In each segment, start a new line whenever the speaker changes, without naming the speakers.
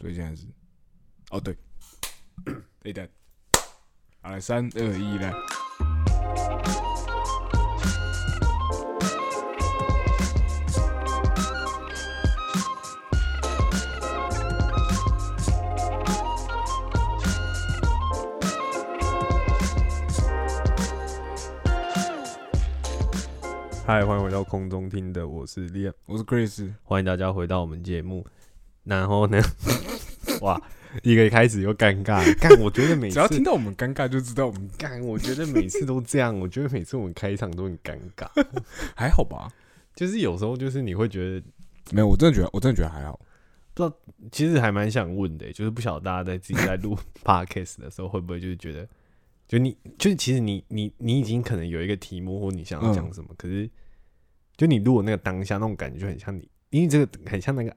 所以现在是，哦 对，对的，好来三二一来，
嗨，欢迎回到空中听的，我是 Liam，
我是 Chris，
欢迎大家回到我们节目。然后呢， 哇，一个开始又尴 尬了，干，我觉得每
只要听
次
到我们尴尬就知道我 们
干，我觉得每次都这样，我觉得每次我们开场都很尴尬，
还好吧？
就是有时候就是你会觉得，
没有，我真的觉得我真的觉得还好，
其实还蛮想问的，欸就是不晓得大家在自己在 录 podcast 的时候会不会就是觉得，就你就是其实你你你已经可能有一个题目或你想要
嗯
讲什么，可是就你录的那个当下那种感觉就很像你，因为这个很像那个，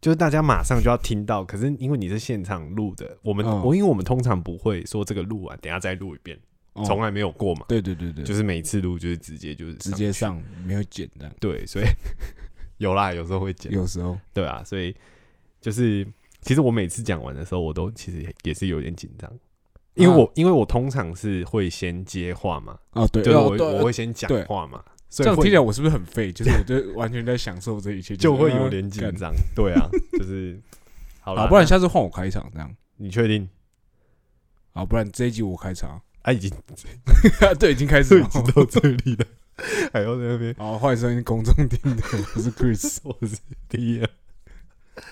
就是大家马上就要听到，可是因为你是现场录的，我们、
嗯
我因为我们通常不会说这个录完等一下再录一遍，
哦
从来没有过嘛，
对对对对，
就是每次录就是直接就是
直接
去
上没有剪这样，
对，所以 有啦，有时候会剪，
有时候
对啊，所以就是其实我每次讲完的时候，我都其实也是有点紧张，
嗯
因为我、因为我通常是会先接话嘛，
啊哦对，
就是
哦
我、
对
我会先讲
对
话嘛，
这
所以
样听
会
起来我是不是很废？就是我就 完全在享受这一切，
就会
是
有点紧。张，对啊， 就是好
呃嗯
了，
好，不然
那
下次换我开场这样，
你确定？
好，不然这一集我开 场，
啊，已经
对，已经开始
都已
了。哦
经到这里了，还要在那边，
好，欢迎收听公众听的，我是 Chris。
我是第一，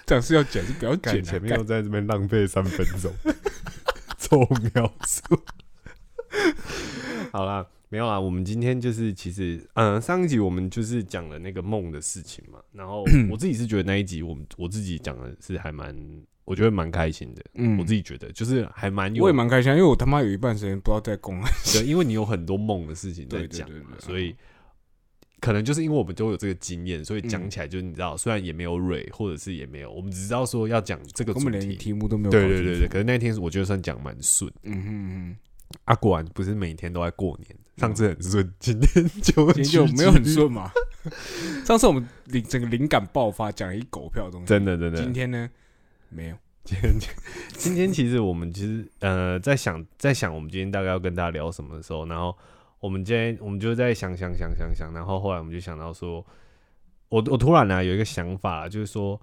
这样是要剪，是不要剪、
感
啊。
前面
干
又在这边浪费三分钟， 凑秒数。好啦，没有啦，我们今天就是其实，嗯、上一集我们就是讲了那个梦的事情嘛，然 后我自己是觉得那一集我们我自己讲的是还蛮，我觉得蛮开心的，
嗯，
我自己觉得就是还蛮有，
我也蛮开心啊，因为我他妈有一半时间不知道在 公安。
对，因为你有很多梦的事情在
对对
讲
对
嘛
对，
所以。可能就是因为我们都有这个经验，所以讲
嗯
起来就是你知道，虽然也没有蕊，或者是也没有，我们只知道说要讲这个主
根本连
题，
题目都没有。
对对对对，，可是那天我觉得算讲蛮顺
嗯哼嗯
啊，果然不是每天都在过年，上次很顺，今天就
嗯哼，今天就没有很，顺嘛。 上次我们灵整个灵感爆发，讲了一狗票的东西。
真的真的。
今天呢，没有。
今天今天其实我们其实呃在想在想我们今天大概要跟大家聊什么的时候，然后我们今天我们就在想想想想想，然后后来我们就想到说，我我突然呢、有一个想法，就是说，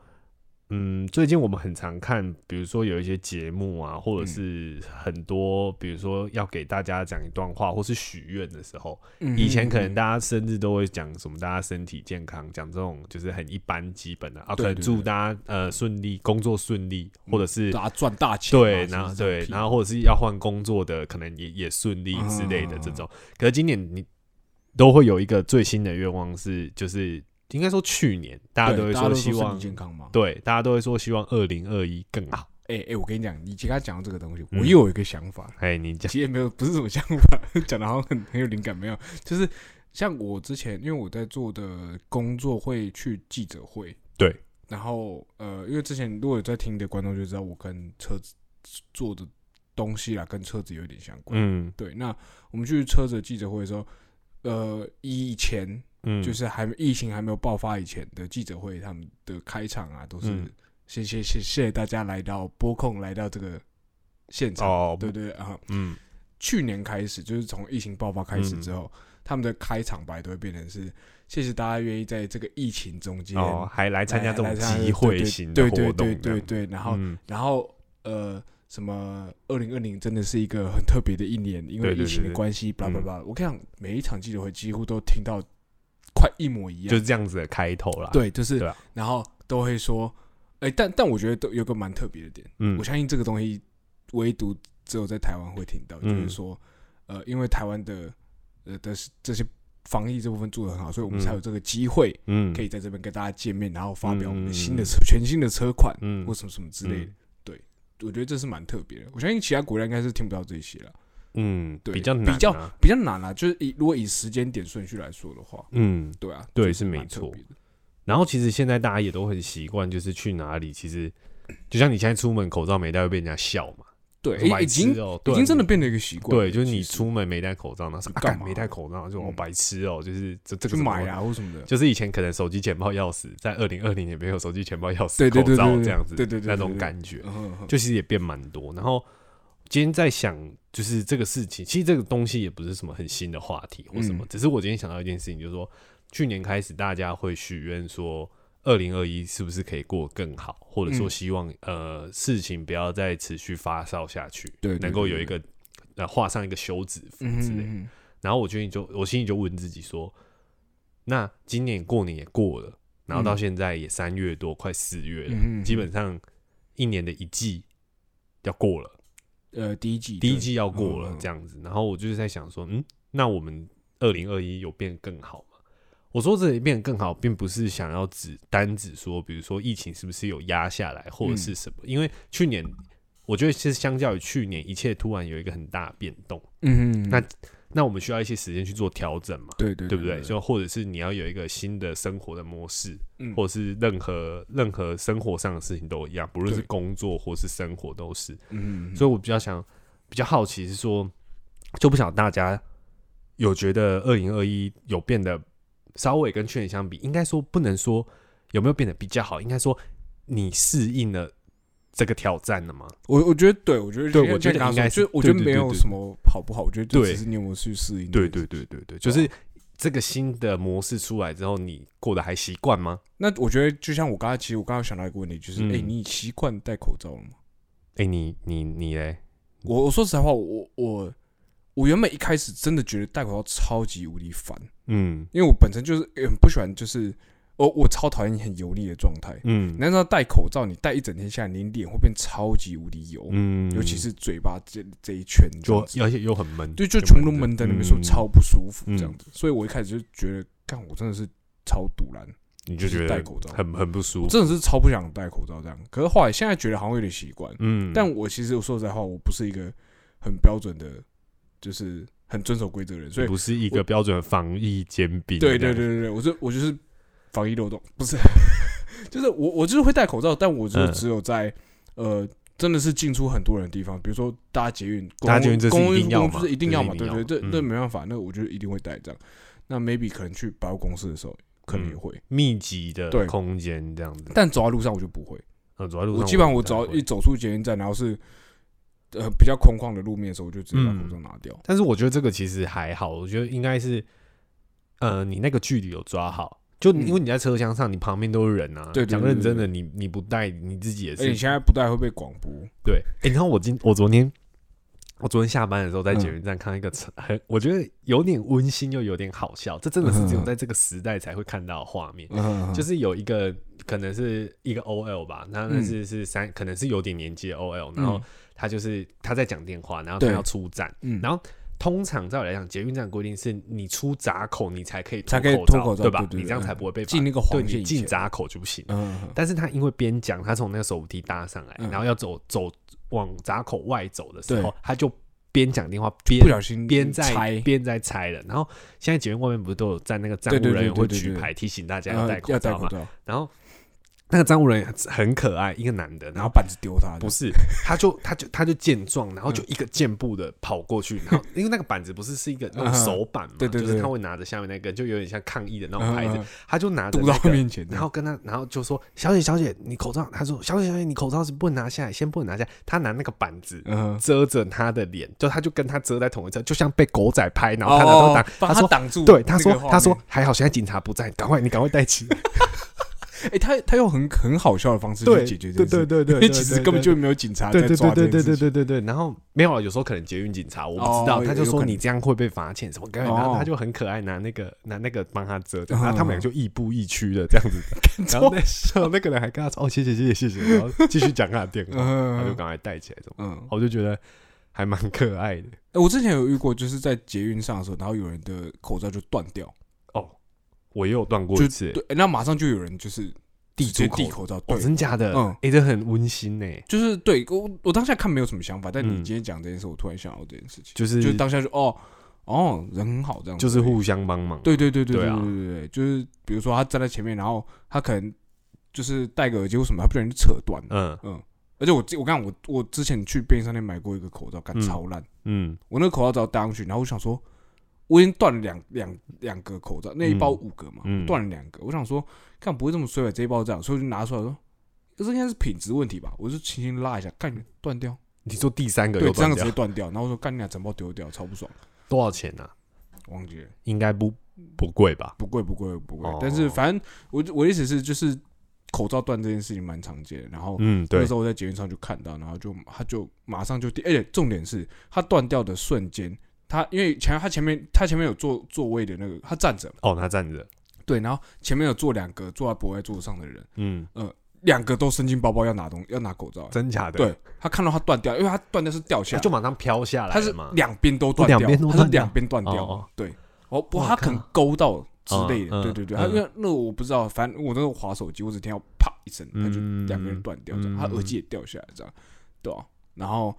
嗯，最近我们很常看，比如说有一些节目啊，或者是很多，比如说要给大家讲一段话，或是许愿的时候，
嗯
以前可能
大
大家生日都会讲什么，大家身体健康，讲这种就是很一般基本的啊，可
对
能
对嗯
祝
对
大家呃顺利，工作顺利，或者是
家赚大钱嘛，是
对，
不是
然后
这种
对，
屁
然后或者是要换工作的，可能也也顺利之类的这种。可是今年你都会有一个最新的愿望是，就是应该说去年大家都
对
会
大家
说
都
希
身体
望，
健康嘛。
对，大家都会说希望二零二一更好。
哎哎，我跟你讲，你刚刚讲到这个东西，我
嗯
又有一个想法。
哎，你讲，
其实也没有，不是什么想法，讲的好像很很有灵感，没有，就是像我之前，因为我在做的工作会去记者会，
对，
然后呃，因为之前如果有在听的观众就知道，我跟车子做的东西啦，跟车子有一点相关，
嗯
对，那我们去车子记者会的时候，呃，以前
嗯，
就是还没疫情还没有爆发以前的记者会，他们的开场啊，都是
嗯
谢谢谢谢大家来到播控来到这个现场，
哦，
对对啊。
嗯，
去年开始，就是从疫情爆发开始之后，他们的开场白都会变成是谢谢大家愿意在这个疫情中间
哦，还来参加这
来
种
来参加
集会型的
对对
活动这
对
样，
对对对，然后、
嗯
然后呃什么二零二零真的是一个很特别的一年，因为
对对
疫情的
对
关系，巴拉
嗯
巴拉。我跟你讲，每一场记者会几乎都听到快一模一样，
就是这样子的开头啦。，
对，就是、
对啊
然后都会说，哎、但但我觉得都有个蛮特别的点。
嗯
我，相信这个东西唯独只有在台湾会听到，就是
嗯
说，呃，因为台湾的呃的这些防疫这部分做得很好，所以我们
嗯
才有这个机会
嗯，
可
以，
以在这边跟大家见面，然后发表我们
嗯
的
嗯
新
嗯
的车、全新的车款
嗯
或什么什么之类的
嗯。
对，我觉得这是蛮特别的。我相信其他国家应该是听不到这些了，
嗯，
对
比较
比较
难啊
比较难啦。就是以如果以时间点顺序来说的话，
嗯，
对啊，
对
就是
没
蛮特
错
别的。
然后其实现在大家也都很习惯，就是去哪里，其实就像你现在出门口罩没戴会被人家笑嘛，
对，
说
已
白
已经
痴哦，
已
对
经真的
你
变成一个习惯了。
对，就是你
其实
出门没戴口罩，然后说啊
干
干
嘛
没戴口罩，就我
嗯
白痴哦，就是这这
去
个怎么
买啊或什么的，
就是以前可能手机钱包钥匙，在二零二零年没有手机钱包钥匙
对对对
口罩
对对
这样子，
对对对对
那
对
种
对
感觉，
嗯哼
就其实也变蛮多。然后今天在想，就是这个事情，其实这个东西也不是什么很新的话题或什么，
嗯
只是我今天想到一件事情，就是说去年开始大家会许愿说。二零二一是不是可以过得更好，或者说
嗯
希望、呃事情不要再持续发烧下去，
对对
能够
对
有
对
一个呃画上一个休止符
嗯
之类的。
嗯嗯
然后我最近就我心里就问自己说，那今年过年也过了，然后到
嗯
现在也三月多，快四月了，
嗯嗯嗯
基本上一年的一季要过了，
呃第一季
第一
对
季要过
嗯
了
嗯
这样子。然后我就是在想说，嗯，那我们二零二一有变更好吗？我说这里变更好，并不是想要只单指说，比如说疫情是不是有压下来，
嗯
或者是什么？因为去年我觉得其实相较于去年，一切突然有一个很大的变动，
嗯嗯嗯
那那我们需要一些时间去做调整嘛。
对对
对不对？就或者是你要有一个新的生活的模式，
嗯
或者是任何任何生活上的事情都一样，不论是
对
工作或是生活都是。
嗯，
所以我比较想比较好奇是说，就不想大家有觉得二零二一有变得稍微跟去年相比，应该说不能说有没有变得比较好，应该说你适应了这个挑战了吗？
我我觉得对，我觉得
对
像
我觉
像
得
刚刚
应该
说
是
就我觉得
对对
没
对
有
对
什么好不好，我觉得就
对
只是你有没有去适应。
对对对对对，就是这个新的模式出来之后，你过得还习惯吗？
那我觉得就像我刚才，其实我刚刚想到一个问题，就是哎、
嗯
诶你习惯戴口罩了吗？
哎、你你你嘞？
我我说实在话，我我我原本一开始真的觉得戴口罩超级无敌烦，
嗯
因为我本身就是呃很不喜欢，就是我我超讨厌很油腻的状态。
嗯
你要知道戴口罩，你戴一整天下来，你脸会变超级无敌油，
嗯
尤其是嘴巴这这一圈这
就
样子，
而且又很闷，
对，就
又
全部都
闷
闷在
着
那边，说
嗯
超不舒服这样
嗯
子。所以我一开始就觉得，干我真的是超堵然，
你就觉
戴
得
口罩，
很很不舒
我
服。
真的是超不想戴口罩这样。可是后来现在觉得好像有点习惯，
嗯，
但我其实我说实在话，我不是一个很标准的，就是很遵守规则的人，所以
不是一个标准的防疫尖兵。
对对
这
对
样，
对对，我就我就是防疫漏洞，不是， 就是我我就是会戴口罩，但我就
嗯
只有在、呃。真的是进出很多人的地方，比如说搭捷运，公
搭捷运这是
公
一定要嘛
公司一定
这是
要
一
嘛，
定
对
要
对，
嘛
这
嗯
这没办法，那我觉得一定会戴这样。那 maybe 可能去百货公司的时候，可能也
嗯
会，
密集
对
的空间这样子。
但走在路上我就不会。
呃，走在路上
我基本上我
不
只
太
要
会
一走出捷运站，然后是呃比较空旷的路面的时候，我就直接把
嗯
口罩拿掉。
但是我觉得这个其实还好，我觉得应该是，呃，你那个距离有抓好。就
嗯
因为你在车厢上，你旁边都是人啊。
对对
讲
对
认
对
真
对
的，你你不戴，你自己也
而且
是
你现在不戴会被广播，
对，哎、你看我今我昨天，我昨天下班的时候在捷运站看到一个车很，我觉得有点温馨又有点好笑，这真的是
嗯
只有在这个时代才会看到的画面。就是是有一个可能是一个 OL 吧，他
嗯
那是是三，可能是有点年纪的 OL，然嗯后他就是他在讲电话，然后他
对
要出站，
嗯
然后通常照理来讲，捷运站的规定是你出闸口你才可以
才可以
口
脱
罩
口罩对
对吧？
对
你
对
这样才
嗯
不会被罚
进那个
对
黄线
你
以
进
前啊
闸口就不行。
嗯
但是他因为边讲，他从那个手扶梯搭上来，
嗯
然后要走走往闸口外走的时
对
候，他就边讲电话边
不小心
边在
拆，
边在拆了。然后现在捷运外面不是都有在那个站
对对对
务人员
对
会
对
举
对
牌提醒大家要
呃
戴口
要戴
罩
口
嘛？
罩，
然后那个站务人员很可爱，一个男的，
然
然
后
后。
板子丢他，
不 是，他就他就他就健壮，然后就一个健步的跑过去，然后因为那个板子不是是一个那
嗯
种手板嘛，
对对
就是
对
他会拿着下面那根，就有点像抗议的
嗯
那种牌
嗯嗯
子，他就拿着
堵
那
到
个
面前，
然后跟他，然后就说：“小姐，小姐，你口罩。”他说：“小姐，小姐，你口罩是不能拿下来，先不能拿下来。”他拿那个板子
嗯，
遮着他的脸，就他就跟他遮在同一侧，就像被狗仔拍，然后他拿刀挡。
把哦
他
他
说
挡住，
对，他说：“他说，还好现在警察不在，赶快你赶快 戴起来。
哎，他他用很很好笑的方”式
对，
去解决这
对
件
对
事，
对对，
因
对
为其实根本就没有警察
对
在
对
抓
对
这件
对对
事
对
情，
对对对。然后没有啊，有时候可能捷运警察我不知
哦
道，他就
有可
说
能
你这样会被罚钱什么，然后
哦
他就很可爱，拿那个拿那个帮他遮，
嗯
然后他们两个就亦步亦趋的这样子。 然后那时候那个人还跟他说：“哦，谢谢谢谢谢谢。”然后继续讲他的电话。他 就
嗯
赶快带起来，怎么？
嗯，
我就觉得还蛮可爱的
哎我之前有遇过，就是在捷运上的时候，然后有人的口罩就断掉。
哦。我也有断过
就
一次，
对，那马上就有人就是
递
直接
出口
递口罩，
哦，
对，
真假的？
嗯
嗯，哎，这很温馨呢，
就是对我我当下看没有什么想法，但你
嗯
今天讲这件事，我突然想到这件事情，
就是
就当下就哦哦人很好这样子，
就是互相帮忙，
对对对对
对
对
啊
对对对，就是比如说他站在前面，然后他可能就是戴个耳机或什么，他不小心扯断了，
嗯
嗯，而且我记我看我我之前去便利商店买过一个口罩，干
嗯
超烂。
嗯
我那个口罩只要戴上去，然后我想说，我已经断了两两两个口罩，那一包
嗯
五个嘛，
嗯
断、了两个。我想说，看不会这么衰吧？这一包这样，所以我就拿出来说，这应该是品质问题吧？我就轻轻拉一下，干断掉，
你说第三个
对，
又
这样
断
直
掉
接断掉。然后我说，干你俩整包丢掉，超不爽。
多少钱啊？
忘记了，
应该不不贵吧？
不贵不贵不贵，
哦
但是反正我我的意思是，就是口罩断这件事情蛮常见的。然后
嗯，
哦那
对
时，候我在捷运上就看到，然后就他就马上就跌，而且重点是他断掉的瞬间，他因为前他前面他前面有座座位的那个，他站着，
哦，他站着，
对，然后前面有坐两个坐在博爱座上的人，
嗯，
两个都伸进包包要拿东要拿口罩，
真假的，
对他看到他断掉，因为他断掉是掉下
他
来，
就马上飘下来
他是
了嘛，
两边都断
哦
掉，
两边都
他是
断掉
两边断掉，
哦哦
对，哦不，
哇
他可能勾到之类的，
嗯嗯
对对对，
嗯
他因为那个我不知道，反正我那时候滑手机，我只听到啪一声，他就
嗯
两个人断掉，这样，
嗯
他耳机也掉下来，这样，对啊，然后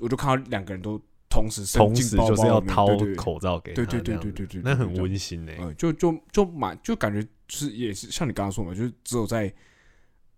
我就看到两个人都同时伸
同
进
时
包包
就是要
里面
掏
对对对
口罩给他，
对对对
这样
对
子
对对，
那很
温。
温馨呢。
呃，就就就蛮就感觉就是也是像你刚刚说嘛，就是只有在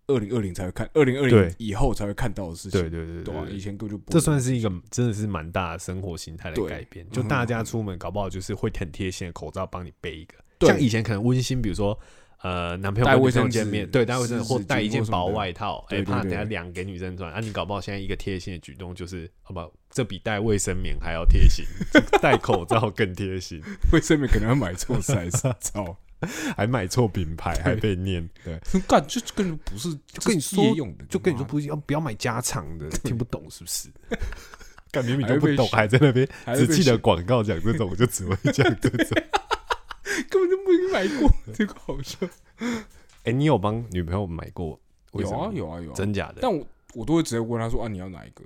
二零二零才会看，二零二零
对
以后才会看到的事情，
对对对
对吧、啊以
对，
前根本就不
这
会
算是一个真的是蛮大的生活形态的
对
改变。
嗯
就大家出门搞不好就是会很贴心的口罩帮你备一个，
对
像以前可能温馨，比如说。呃，男朋友
带
跟
卫
女
生
朋友见面，
纸
对，带卫生纸
湿纸
或带一
巾
件
或什么
薄
的
外套，哎、
对对
怕
对
等下两给女生穿啊。你搞不好现在一个贴心的举动就是，好吧，这比带卫生棉还要贴心， 这个戴口罩更贴心，
卫生棉可能要买错 size，操，
还买错品牌，还被念，对，
干这根本不是就
跟你说
用的，
就跟你说
妈
不要哦不要买加长 的，听不懂是不是？干明明
还会
就不
被
懂，还在那边
还会
只
被
记得
嫌
广告讲这种，我就只 会讲这种。
的哎根本就没买过， 这个好笑。
哎，你有帮女朋友买过？
有啊，有啊有啊，
真假的？
但我我都会直接问他说啊，你要哪一个？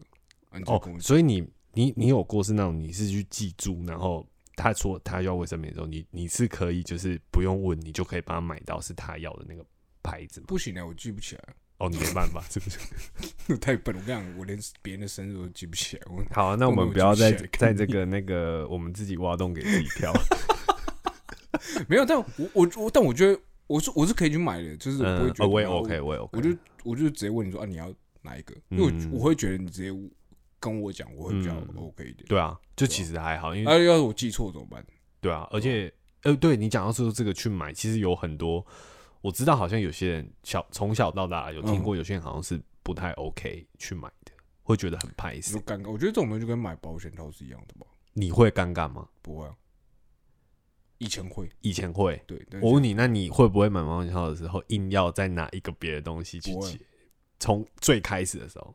啊，你再
哦
跟我，讲。
所以你你你有过是那种你是去记住，然后他说他要卫生棉的时候，你你是可以就是不用问，你就可以帮他买到是他要的那个牌子吗？
不行啊，我记不起来，
哦，你没办法，是不 是？
太笨了。我跟你讲，我连别人的生日都记不起来。我
好、啊，那我
我
们
没有
不要
记不
再
起来
在这个那个我们自己挖洞给自己 跳。
没有，但我我我，但我觉得我是我是可以去买的，就是我不会
嗯，
觉
哦
得
我也
我
OK，我也 OK。
我就我就直接问你说啊，你要哪一个？因为我
嗯
我会觉得你直接跟我讲，我会比较
嗯
OK 一点。
对啊，就
对啊
其实还好，因为
啊，要是我记错怎么办？
对啊，而且呃，对你讲到说这个去买，其实有很多我知道，好像有些人小从小到大有
嗯
听过，有些人好像是不太 OK 去买的，会觉得很排
你就
斥。
尴尬。我觉得这种东西就跟买保险套是一样的吧？
你会尴尬吗？
不会啊，以前会，
以前会。
对，但是
我问你，那你会不会买保险套的时候硬要再拿一个别的东西去
不会
解？从最开始的时候，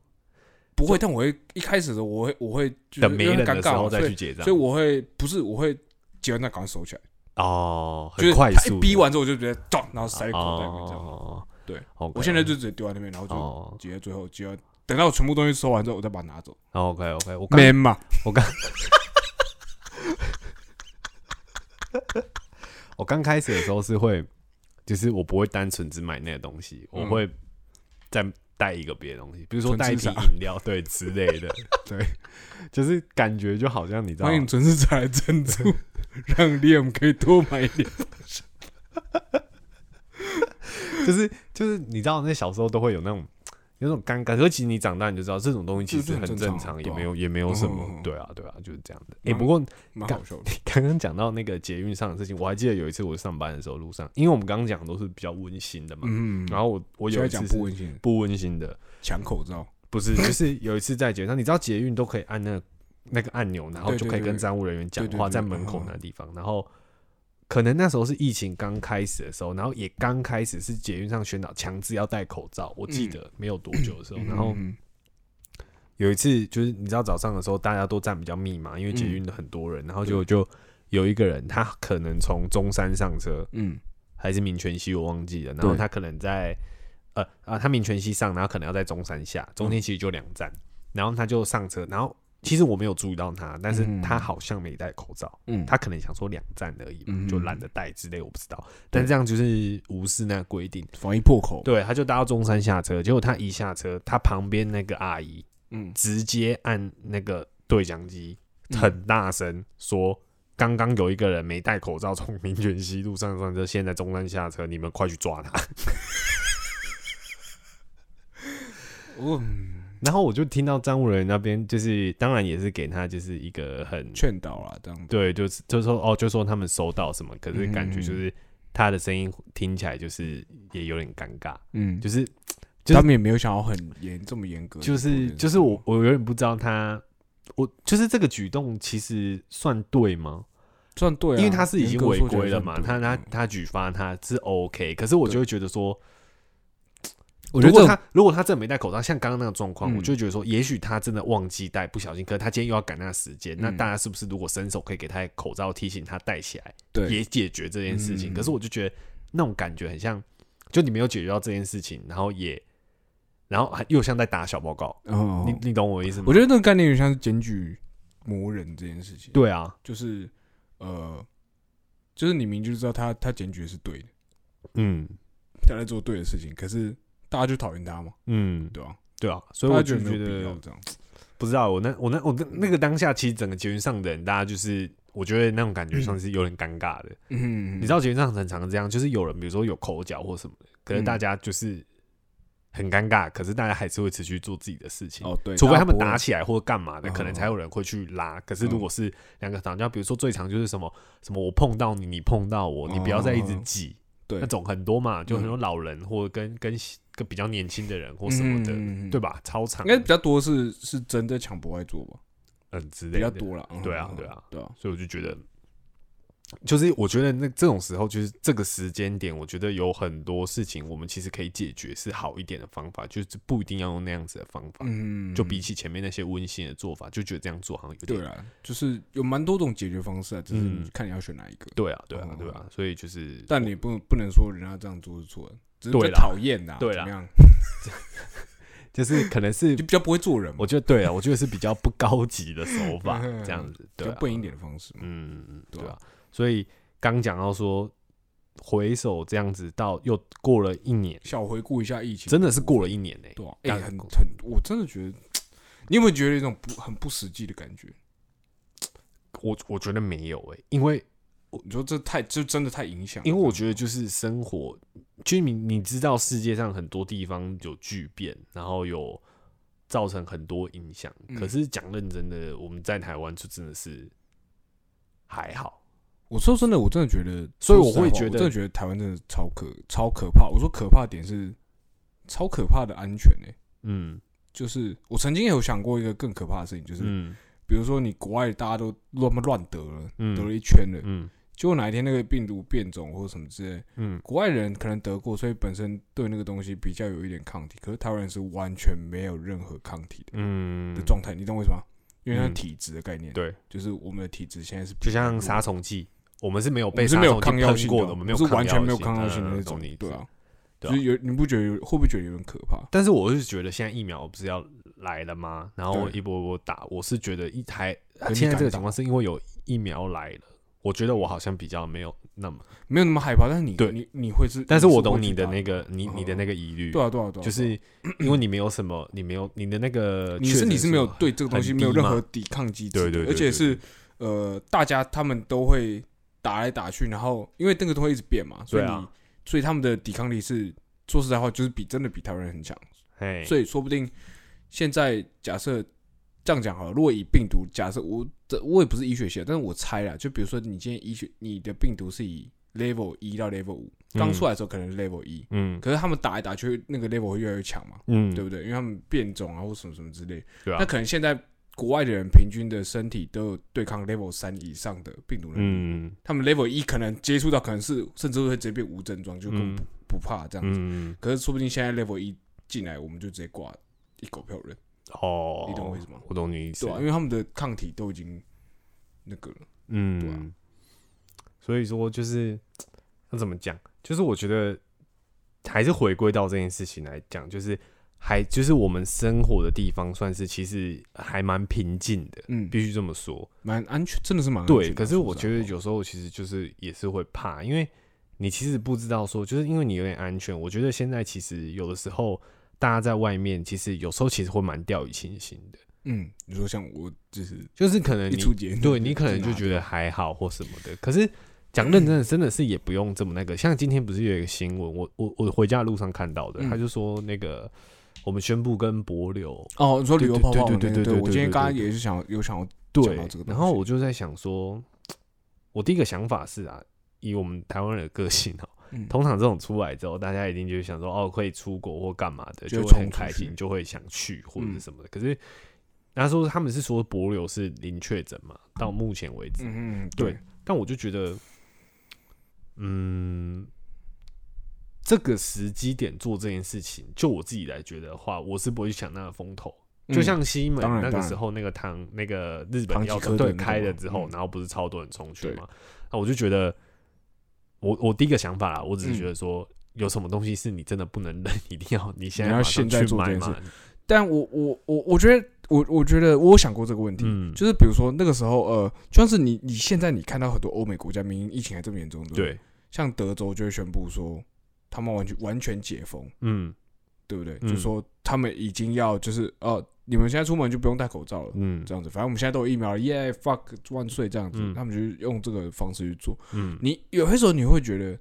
不会，但我会一开始的时候，我会我会就是
等没
因为
人
尴
的时
尬嘛
候再
所
去
以
结账，
所以我会不是我会结完账赶快收起来，
哦，
就
很
是
快
他
速
一逼
的
完之后我就直接咚，然后塞口袋里面这样。
哦，
对
，OK，
我现在就直接丢在那边，然后就
哦
结到最后结到，等到我全部东西收完之后，我再把它拿走。
，OK OK，我刚
man 嘛，
我刚开始的时候是会，就是我不会单纯只买那个东西，我
嗯
会再带一个别的东西，比如说
纯
带一
吃
瓶
啥
饮料，对之类 的，对，就是感觉就好像你知道
欢，迎纯是再来赞 助，让 Liam 可以多买一点。
就是就是你知道，那小时候都会有那种有种尴尬，尤其你长大你就知道这种东西其
这
实
这很
很
正
正
常
常，
对
也
啊
没有也没有什
嗯嗯
么
嗯，
对啊对啊，就是这样的。哎，
蛮
不过
蛮好笑的。
刚刚讲到那个捷运上的事情，我还记得有一次我上班的时候路上，因为我们刚刚讲的都是比较温馨的嘛，
嗯，
然后我我
现在
有一
讲
次
不
是
温馨，
不温馨的。
抢口罩，
不 是，就是有一次在捷运上，你知道捷运都可以按那个那个按钮，然后
对
就
对
可以跟
对
站务人员讲
对对嗯
话，
对
在门口那地方。然后可能那时候是疫情刚开始的时候，然后也刚开始是捷运上宣导强制要戴口罩，我记得没有多久的时候。然后
嗯
有一次就是你知道早上的时候大家都站比较密嘛，因为
嗯
捷运的很多人，然后就就有一个人他可能从中山上车
嗯，
还是民权西我忘记了，然后
对
他可能在。呃啊，他民权西上，然后可能要在中山下，中间其实就两站，然后他就上车，然后其实我没有注意到他，但是
嗯
他好像没戴口罩，
嗯
他可能想说两站而已嘛，
嗯
就懒得戴之类，我不知道，但这样就是无视那个规定，
防疫破口，
对，他就搭到中山下车，结果他一下车，他旁边那个阿姨
嗯，
直接按那个对讲机，
嗯
很大声说。刚刚有一个人没戴口罩，从民权西路上上车，现在中山下车，你们快去抓他！
哦，嗯
然后我就听到站务人员那边就是，当然也是给他就是一个很
劝导啦，这样子。
对，就是就说哦，就说他们收到什么，可是感觉就
嗯
是他的声音听起来就是也有点尴尬，
嗯，
就是就是
他们也没有想要很严这么严格的做
就
这件事
是
情，
就是我我有点不知道他，我就是这个举动其实算对吗？
算对啊，
因为他是已经
严格
违
说起来
规了
算
嘛，
对
他他
嗯
他举发他是 OK，可是我就
对
会觉得说，
我觉得
如果
这种
他如果他真的没戴口罩，像刚刚那个状况，
嗯
我就会觉得说，也许他真的忘记戴，不小心，可是他今天又要赶那个时间，那
嗯
大家是不是如果伸手可以给他口罩提醒他戴起来？
对
也解决这件事情。
嗯
可是我就觉得那种感觉很像，就你没有解决到这件事情，然后也，然后还又像在打小报告。
哦，
你你懂我意思吗？
我觉得那个概念有点像是检举魔人这件事情，
对啊，
就是呃，就是你明就知道他他检举的是对的，
嗯
他在做对的事情，可是大家就讨厌他嘛，
嗯，
对吧？
对啊，所以
大
我
家
就
得没
觉
有必要
得
这样子，
不知道，我那我那我那那个当下，其实整个节目上的人，大家就是。我觉得那种感觉像是有点尴尬的，
嗯
你知道，节目上很常这样，就是有人比如说有口角或什么的，可是
嗯
大家就是很尴尬，可是大家还是会持续做自己的事情。
哦，对，
除非他们
大
打
家
起来或干嘛的，
嗯
可能才有人会去拉。可是如果是两个打架，比如说最常就是什么什么我碰到你，你碰到我，
嗯
你不要再一直挤，
对
那种很多嘛，就很多
嗯
老人或者跟跟跟比较年轻的人或
不
什么的，
嗯嗯嗯
对吧？超常
应该比较多是是真的强迫爱做吧，
嗯之
比
类
较
的，
多了。嗯
对啊
嗯
对啊
对啊，
所以我就觉得。就是我觉得那这种时候，就是这个时间点，我觉得有很多事情我们其实可以解决是好一点的方法，就是不一定要用那样子的方法。
嗯，
就比起前面那些温馨的做法，就觉得这样做好像有点
对啊，就是有蛮多种解决方式啊，只
嗯
是看你要选哪一个。
对啊，对啊，
哦
对啊，所以就是，
但你不不能说人家这样做是错的，只是
对
在
啦
讨厌呐，
对
怎
啦
么样？
就是可能是
就，比较不会做人嘛，
我觉得对啊，我觉得是比较不高级的手 法
嗯
这样子，
比
对
较
啊，
笨一点的方式嘛。
嗯，嗯，嗯
对
对
啊
啊，所以刚讲到说，回首这样子到又过了一年，
小回顾一下疫情，
真的是过了一年呢、欸
对啊，
干
哎，很很，我真的觉得，你有没有觉得一种不很不实际的感觉？
我我觉得没有哎、因为
你说这太这真的太影响了，
因为我觉得就是生活，就是你你知道世界上很多地方有巨变，然后有造成很多影响。
嗯
可是讲认真的，我们在台湾就真的是还好。
我说真的，我真的觉得，
所以我
说实在
会
话
觉得
我真的觉得台湾真的超可超可怕。我说可怕的点是超可怕的安全诶、
嗯
就是我曾经也有想过一个更可怕的事情，就是、
嗯
比如说你国外大家都乱乱得了，
嗯
得了一圈了，
嗯
结果哪一天那个病毒变种或什么之类，
嗯，
国外人可能得过，所以本身对那个东西比较有一点抗体，可是台湾人是完全没有任何抗体的、
嗯
的，状态，你懂我意思吗？因为它
嗯
是体质的概念，
对，
就是我们的体质现在是
就像
比较弱
杀虫剂，我们是没有
嗯我
被
们是
杀
没有
虫剂
抗药
喷
性
过
的，
的，我们没
不
有
是
抗
完全没有
有
抗药性的
嗯
那
嗯懂
种
你意，
对
思
啊，
对
就
啊
是有你不觉得有会不会觉得有点可怕？
但是我是觉得现在疫苗不是要来了吗？然后
对
一波一波打，我是觉得一台
有你
呃啊现在这个
敢
情况是因为有疫苗来了，我觉得我好像比较没有那么，
没有那么害怕，但是你
对
你你会是，
但
是
是我
会
懂
去
你的
打
那个你你的那个疑虑，
对啊对啊对啊，
就是因为你没有什么，你没有你的那个
你
确
是
诊
你是没有
数
对这个东西
很
没有
低
任
嘛
何抵抗机制
对
的，
对对
而且
对
是呃大家他们都会打来打去，然后因为那个都会一直变嘛，所以
对啊
你所以他们的抵抗力是说实在话就是比真的比台湾人很强，
嘿，
所以说不定现在假设这样讲好了，如果以病毒假设我这我也不是医学系啊的，但是我猜啦，就比如说你今天医学你的病毒是以 level 一到 level 五，刚
嗯
出来的时候可能是 level 一、
嗯
可是他们打来打去那个 level 会越来越强嘛，
嗯，
对不对？因为他们变种啊或什么什么之类，
对啊
那可能现在。国外的人平均的身体都有对抗 level 三以上的病毒能力，
嗯
他们 level 一可能接触到可能是甚至会直接变无症状，就根本
嗯
不不怕这样子。
嗯
可是说不定现在 level 一进来，我们就直接挂一狗票人，
哦，
你懂我意思吗？
我懂你意思，
对啊，因为他们的抗体都已经那个了，
嗯，
对啊
所以说就是要怎么讲，就是我觉得还是回归到这件事情来讲，就是还就是我们生活的地方算是其实还蛮平静的，
嗯，
必须这么说。
蛮安全，真的是蛮安全的啊
对，可是我觉得，
说实在话
有时候其实就是也是会怕，因为你其实不知道说，就是因为你有点安全。我觉得现在其实有的时候大家在外面，其实有时候其实会蛮掉以轻心的，
嗯，你说像我就是
就是可能
一
呃你
出节，
对你可能
啊
就觉得还好或什么的，可是讲认真的，真的是也不用这么那个。像今天不是有一个新闻，我我我回家的路上看到的，
嗯
他就说那个我们宣布跟柏流
哦，你说旅游泡泡
对
嘛，
对对对
对
对
我
对
今天
对
刚刚
对
也是想有想要讲
对
到这个，东
然后
西
我就在想说，我第一个想法是啊，以我们台湾人的个性哦、
嗯
通常这种出来之后，大家一定就会想说，哦，可以出国或干嘛的，
就
就
会
会很
冲出
开
去
心，就会想去或者
嗯
是什么的。可是他说他们是说柏流是零确诊嘛，到目前为止，
嗯嗯
对，但我就觉得，嗯，这个时机点做这件事情，就我自己来觉得的话，我是不会去抢那个风头。
嗯
就像西门
当然
那个
当然
时候，那个唐那个日
唐吉
本药
诃德
对
那个
开了
嘛
之后，
嗯
然后不是超多人冲去
对
嘛？啊，我就觉得，我我第一个想法啦，我只
嗯
是觉得说，有什么东西是你真的不能忍， 一定要你现在
要
马
现
上
在
去
做这
买
件事
嘛？
但我我我我觉得我我觉得我有想过这个问题，
嗯，
就是比如说那个时候呃，就像是你你现在你看到很多欧美国家明明疫情还这么严重，对不对？
对，
像德州就会宣布说他们完全完全解封，
嗯
对不对？
嗯
就说他们已经要就是哦、呃，你们现在出门就不用戴口罩了。
嗯
这样子，反正我们现在都有疫苗了，耶、fuck 万岁这样子，
嗯
他们就是用这个方式去做。
嗯，
你有些时候你会觉得，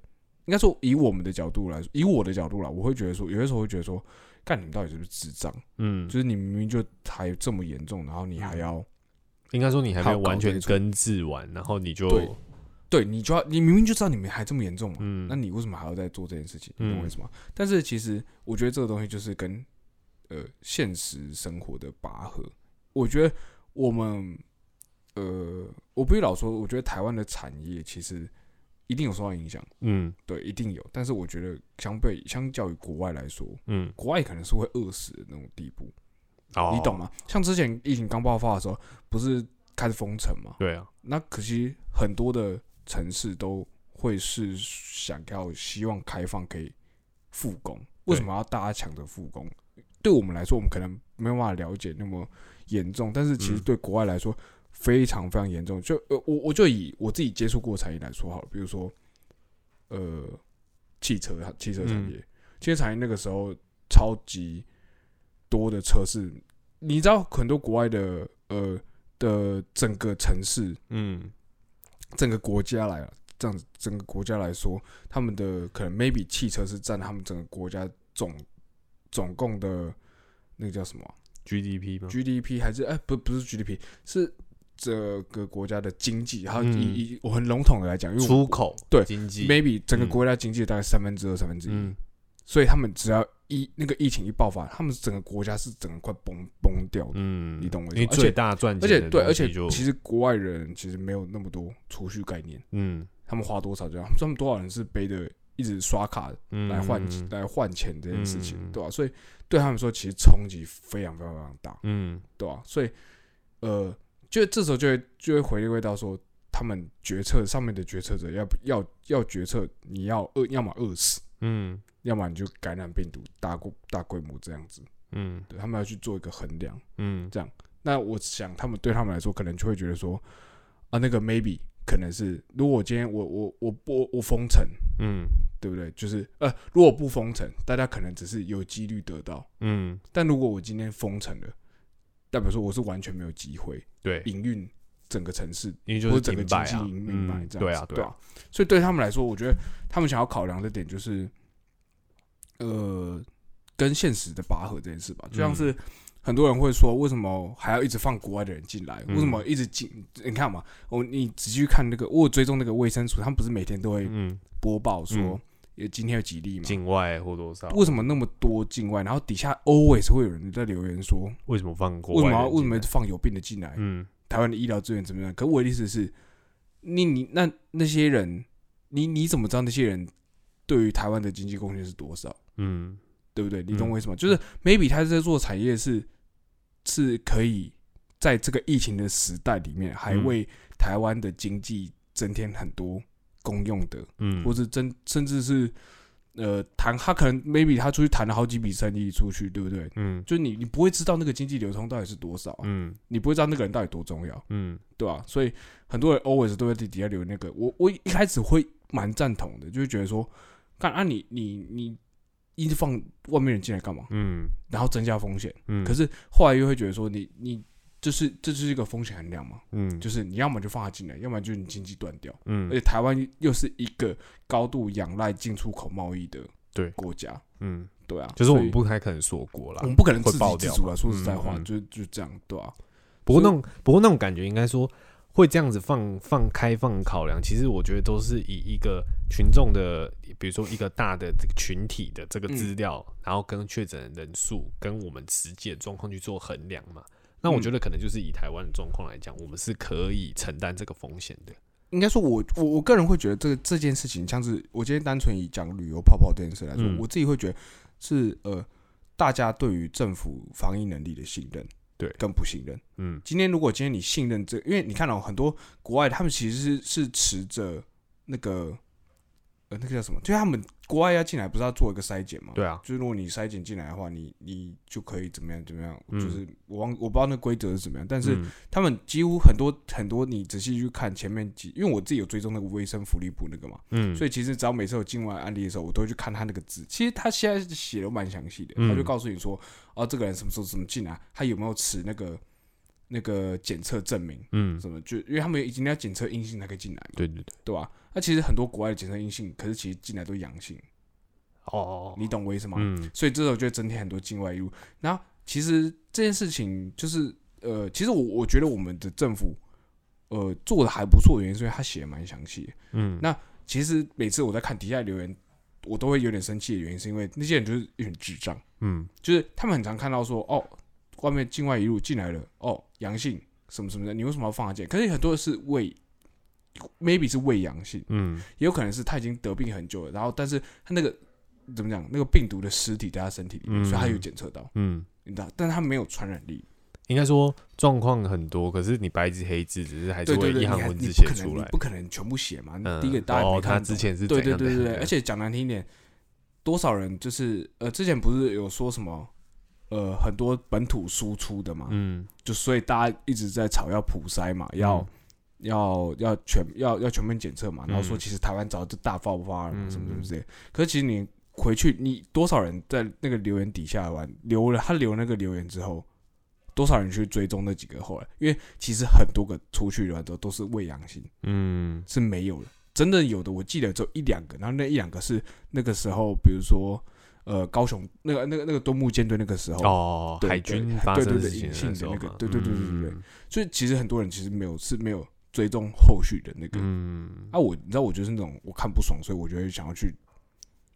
应该说以我们的角度来说，以我的角度啦，我会觉得说，有些时候会觉得说，干你们到底是不是智障？
嗯，
就是你明明就还这么严重，然后你还要
应该说你还没
好
有完
搞
全
对错
根治完，然后你就
对对你就要你明明就知道你们还这么严重嘛，
嗯，
那你为什么还要再做这件事情？你
嗯
懂我意思吗？但是其实我觉得这个东西就是跟呃现实生活的拔河。我觉得我们呃，我不必须老说，我觉得台湾的产业其实一定有受到影响，
嗯
对，一定有。但是我觉得相对相较于国外来说，
嗯，
国外可能是会饿死的那种地步，
哦，
你懂？吗？像之前疫情刚爆发的时候，不是开始封城嘛？
对啊，
那可惜很多的城市都会是想要希望开放可以复工，为什么要大家抢着复工？对我们来说，我们可能没有办法了解那么严重，但是其实
嗯
对国外来说非常非常严重。就呃，我我就以我自己接触过的产业来说好了，比如说呃，汽车汽车产业，汽车产业那个时候超级多的车是，你知道很多国外的呃的整个城市
嗯
整个国家来这样子，整个国家来说，他们的可能 maybe 汽车是占他们整个国家总总共的那个叫什么啊、
，GDP 吗？
GDP 还是哎、不不是 GDP 是这个国家的经济，还有
嗯
以以我很笼统的来讲，因为我
出口
对
经济，
maybe 整个
嗯
国家经济的大概三分之二三分之一，
嗯
所以他们只要一那个疫情一爆发，他们整个国家是整个快崩崩掉的。
嗯，
你懂我意思
你
吗而
最
且
大赚
而
钱
且
的
对，
东
而且
西就
其实国外人其实没有那么多储蓄概念，
嗯
他们花多少就要，他们多少人是背着一直刷卡
嗯
来换、
嗯
来换钱这件事情，
嗯
对吧、所以对他们说，其实冲击非常非常非常大，
嗯
对吧、所以呃，就这时候就会就会回归到说，他们决策上面的决策者要不要要决策，你要饿，要么饿死，
嗯
要么你就感染病毒，大规大规模这样子，
嗯
对他们要去做一个衡量。
嗯
那我想他们对他们来说，可能就会觉得说，啊，那个 maybe 可能是，如果我今天我我我我我封城。
嗯
对不对？就是呃，如果不封城，大家可能只是有几率得到；
嗯，
但如果我今天封城了，代表说我是完全没有机会
对，
营运整个城市
因为
或
就
者整
是
个
停
经
摆
济
啊，
营运嘛，
嗯
这样
对
子
啊，
对
啊，
啊。所以对他们来说，我觉得他们想要考量的点就是，呃，跟现实的拔河这件事吧，就像
嗯
是。很多人会说，为什么还要一直放国外的人进来？为什
嗯
么一直进？你看嘛，哦，你仔细看那个，我有追踪那个卫生署，他们不是每天都会
嗯，
播报说
嗯，
也今天有几例嘛？
境外或多少，
为什么那么多境外？然后底下 always 会有人在留言说，
为什么放过？
为什么要为什么放有病的进来？
嗯
台湾的医疗资源怎么样？可我的意思是，你你那那些人，你你怎么知道那些人对于台湾的经济贡献是多少？
嗯
对不对？你懂
嗯
我意思吗？就是 maybe 他在做产业是是可以在这个疫情的时代里面，还
嗯
为台湾的经济增添很多公用的
嗯，
或是真甚至是呃谈他可能 maybe 他出去谈了好几笔生意出去，对不对？
嗯
就你你不会知道那个经济流通到底是多少啊、
嗯
你不会知道那个人到底多重要，
嗯
对吧、所以很多人 always 都会在底下留那个，我我一开始会蛮赞同的，就会觉得说，看啊你你你一直放外面人进来干嘛？
嗯
然后增加风险，
嗯，
可是后来又会觉得说你你。就是这就是一个风险衡量嘛，
嗯
就是你要么就放他进来，要么就是你经济断掉。而
嗯
且台湾又是一个高度仰赖进出口贸易的
对
国家，
嗯，
对啊，
就是我们
所以
不太可能锁国啦
我。们不可能
会
自
爆
给自
掉
足啊，说
嗯
实在话，
嗯
就就这样，对啊，
不过那种不过那种感觉，应该说会这样子放放开放考量，其实我觉得都是以一个群众的，比如说一个大的这个群体的这个资料，
嗯
然后跟确诊人数跟我们实际的状况去做衡量嘛。那我
嗯
觉得可能就是以台湾的状况来讲，我们是可以承担这个风险的。
应该说我，我我个人会觉得这个这件事情，像是我今天单纯以讲旅游泡泡这件事来说，
嗯
我自己会觉得是呃，大家对于政府防疫能力的信任，
对
跟不信任。
嗯
今天如果今天你信任这，因为你看到、很多国外他们其实是是持着那个呃那个叫什么，就是他们国外要进来不是要做一个筛检吗？
对啊，
就是如果你筛检进来的话，你你就可以怎么样怎么样，
嗯
就是我忘我不知道那规则是怎么样，但是
嗯
他们几乎很多很多，你仔细去看前面几，因为我自己有追踪那个卫生福利部那个嘛，
嗯，
所以其实只要每次有境外案例的时候，我都会去看他那个字。其实他现在写的蛮详细的，
嗯
他就告诉你说，哦，这个人什么时候怎么进来，他有没有持那个那个检测证明，
嗯，
什么就因为他们一定要检测阴性才可以进来嘛，
对对对，
对吧、那其实很多国外的检测阴性，可是其实进来都阳性，
哦，
你懂我意思吗？
嗯
所以这时候就会增添很多境外义务。然后其实这件事情就是呃，其实我我觉得我们的政府呃做的还不错，原因是因为他写的蛮详细的。
嗯，
那其实每次我在看底下留言，我都会有点生气的原因，是因为那呃些人就是有点智障，
嗯
就是他们很常看到说哦，外面境外一路进来了，哦阳性什么什么的，你为什么要放他进来？可是很多是为 maybe 是为阳性。
嗯
也有可能是他已经得病很久了，然后但是他那个怎么讲，那个病毒的尸体在他身体里面，
嗯
所以他有检测到，
嗯，
你知道，但他没有传染力，
应该说状况很多，可是你白纸黑字，只是还
对
是会
对对，
一
你
行
还
文
你
字
不
写
可能，
出
你
来。
不可能全部写嘛，
嗯，
第一个大家也
哦
没，看
他
懂
之前是
对
怎
对
样
对对
怎
对，
样
而且讲难听一点，多少人就是呃，之前不是有说什么呃很多本土输出的嘛，
嗯
就所以大家一直在吵要普筛嘛，要。
嗯
要要全要要全面检测嘛，然后说
嗯
其实台湾早就大爆发了嘛，
嗯
什么什么之类的。可是其实你回去，你多少人在那个留言底下玩留了他留那个留言之后，多少人去追踪那几个后来？因为其实很多个出去了都都是未阳性，
嗯
是没有的。真的有的，我记得只有一两个，然后那一两个是那个时候，比如说呃高雄那个那个那个东木舰队那个时候，
哦，
对
海
对
军
对
发
对
生
对
事
对
情
隐性
的
的
时候
那个
嘛
对对对对对
嗯
所以其实很多人其实没有是没有追踪后续的那个
嗯，
啊，我你知道，我就是那种我看不爽，所以我就会想要去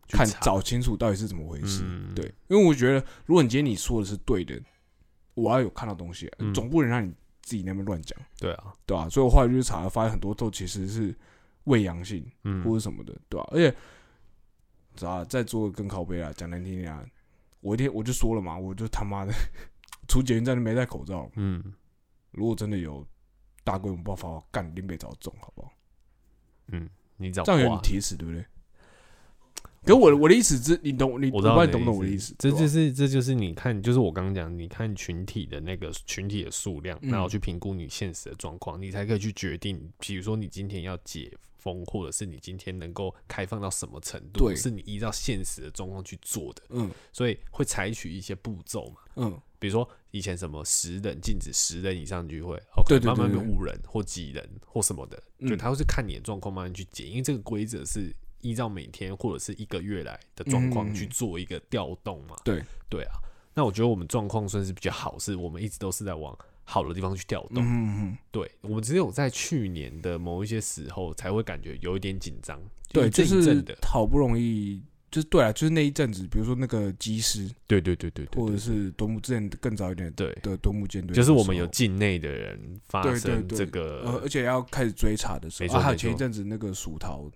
去
看
查
找清楚到底是怎么回事。
嗯
对，因为我觉得，如果你今天你说的是对的，我要有看到东西啊，
嗯
总不能让你自己那边乱讲，
对啊，
对吧、所以我后来就去查了，发现很多都其实是未阳性或
嗯，
者什么的，对吧、而且，知道啊再做个更靠背啊，讲难听点啊，我一天我就说了嘛，我就他妈的出捷运站都没戴口罩，
嗯
如果真的有大规模爆发，干林北早中好不好？
嗯，你找
这样有点
挂
铁齿，对不对？可我的我的意思是，你懂你，
我
我
知道
不知道
你
你
的
懂不
意
懂我的
思
意思？
这
对吧
就是这就是你看，就是我刚刚讲，你看群体的那个群体的数量，
嗯
然后去评估你现实的状况，你才可以去决定，比如说你今天要解封，或者是你今天能够开放到什么程度，
对
是你依照现实的状况去做的，
嗯
所以会采取一些步骤嘛。
嗯
比如说以前什么十人禁止十人以上聚会，OK，
对对对
慢慢变
对
五人或几人或什么的，
嗯
就他会是看你的状况慢慢去解，因为这个规则是依照每天或者是一个月来的状况
嗯
去做一个调动嘛。
对
对啊，那我觉得我们状况算是比较好，是我们一直都是在往好的地方去调
嗯
动。
嗯嗯，
对，我们只有在去年的某一些时候才会感觉有一点紧张，
对，
一阵
就
一阵
是
的，
好不容易，就是对啊，就是那一阵子，比如说那个机师，
对对对对对
或者是多木之前更早一点
对，
的多木舰队，
就是我们有境内的人发
对对
生
对
这
呃，
个
而且要开始追查的时
没
候，
错
啊，还有
没错
前一阵子那个蜀桃，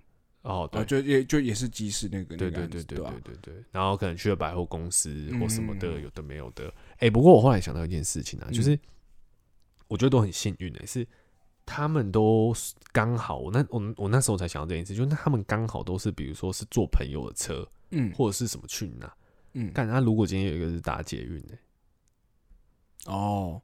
哦，对
啊，，就也就也是机师那个
对
那个
对
案
对
子，啊
对对
吧？
对对，然后可能去了百货公司或什么的，
嗯
有的没有的。哎、不过我后来想到一件事情啊，
嗯
就是我觉得都很幸运的、是他们都是刚好，我那我我那时候才想到这件事，就是那他们刚好都是，比如说是坐朋友的车
嗯
或者是什么去哪。
嗯，
干，那如果今天有一个是搭捷运的、
哦，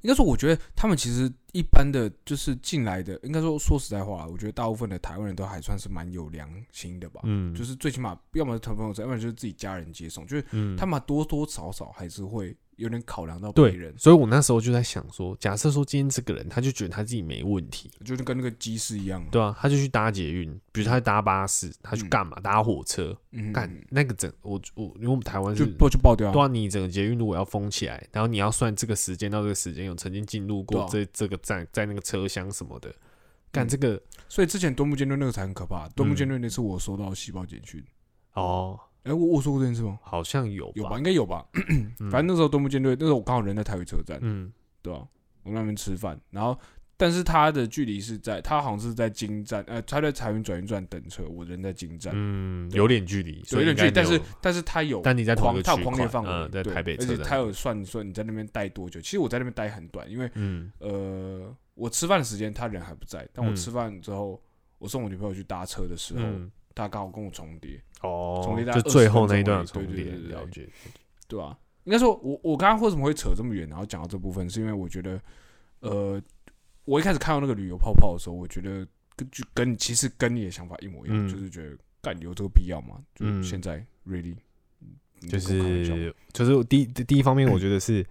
应该说，我觉得他们其实一般的就是进来的，应该说说实在话，我觉得大部分的台湾人都还算是蛮有良心的吧。
嗯，
就是最起码，要么是朋友在，要么就是自己家人接送，就是
嗯
他们多多少少还是会有点考量到别
对
人，，
所以我那时候就在想说，假设说今天这个人他就觉得他自己没问题，
就是跟那个机师一样啊，
对啊，他就去搭捷运，比如他搭巴士，他去
嗯
干嘛？搭火车，
嗯，
干、那个整我我，因为我们台湾。
就是爆就爆掉
对
啊，
啊，你整个捷运如果要封起来，然后你要算这个时间到这个时间有曾经进入过这、
对啊
这个站，在那个车厢什么的，干
嗯
这个、
所以之前端木舰队那个才很可怕，端木
嗯
舰队那次我收到细胞简讯，
哦，
哎，我我说过这件事吗？
好像有
有吧，
吧？
应该有 吧。
嗯
反正那时候端木舰队，那时候我刚好人在台北车站，
嗯
对吧、我们那边吃饭，然后但是他的距离是在，他好像是在金站，呃，他在财运转运站等车，我人在金站，
嗯，
对
有点距离，
有
所以
点
应
距离，
该
但
没
是
有
但是他有
但你在同
框，
一个
他有
区
框列
块，
范围，
嗯在
对
台北
而
车
且他
站，
有算说你在那边待多久。其实我在那边待很短，因为
嗯
呃，我吃饭的时间他人还不在，但我
嗯
吃饭之后，我送我女朋友去搭车的时候，
嗯，
他刚好跟我重叠，
哦，
重啊叠大概
就
20
最后
分
那一
钟
段
而
有
已
重
对对
叠，
对对对
了解。
对吧、应该说我我刚刚为什么会扯这么远，然后讲到这部分，是因为我觉得，呃，我一开始看到那个旅游泡泡的时候，我觉得跟就跟其实跟你的想法一模一样，
嗯
就是觉得干有这个必要吗？就
嗯
是现在、really，你在跟我开玩笑吗
就是就是第第一方面，我觉得是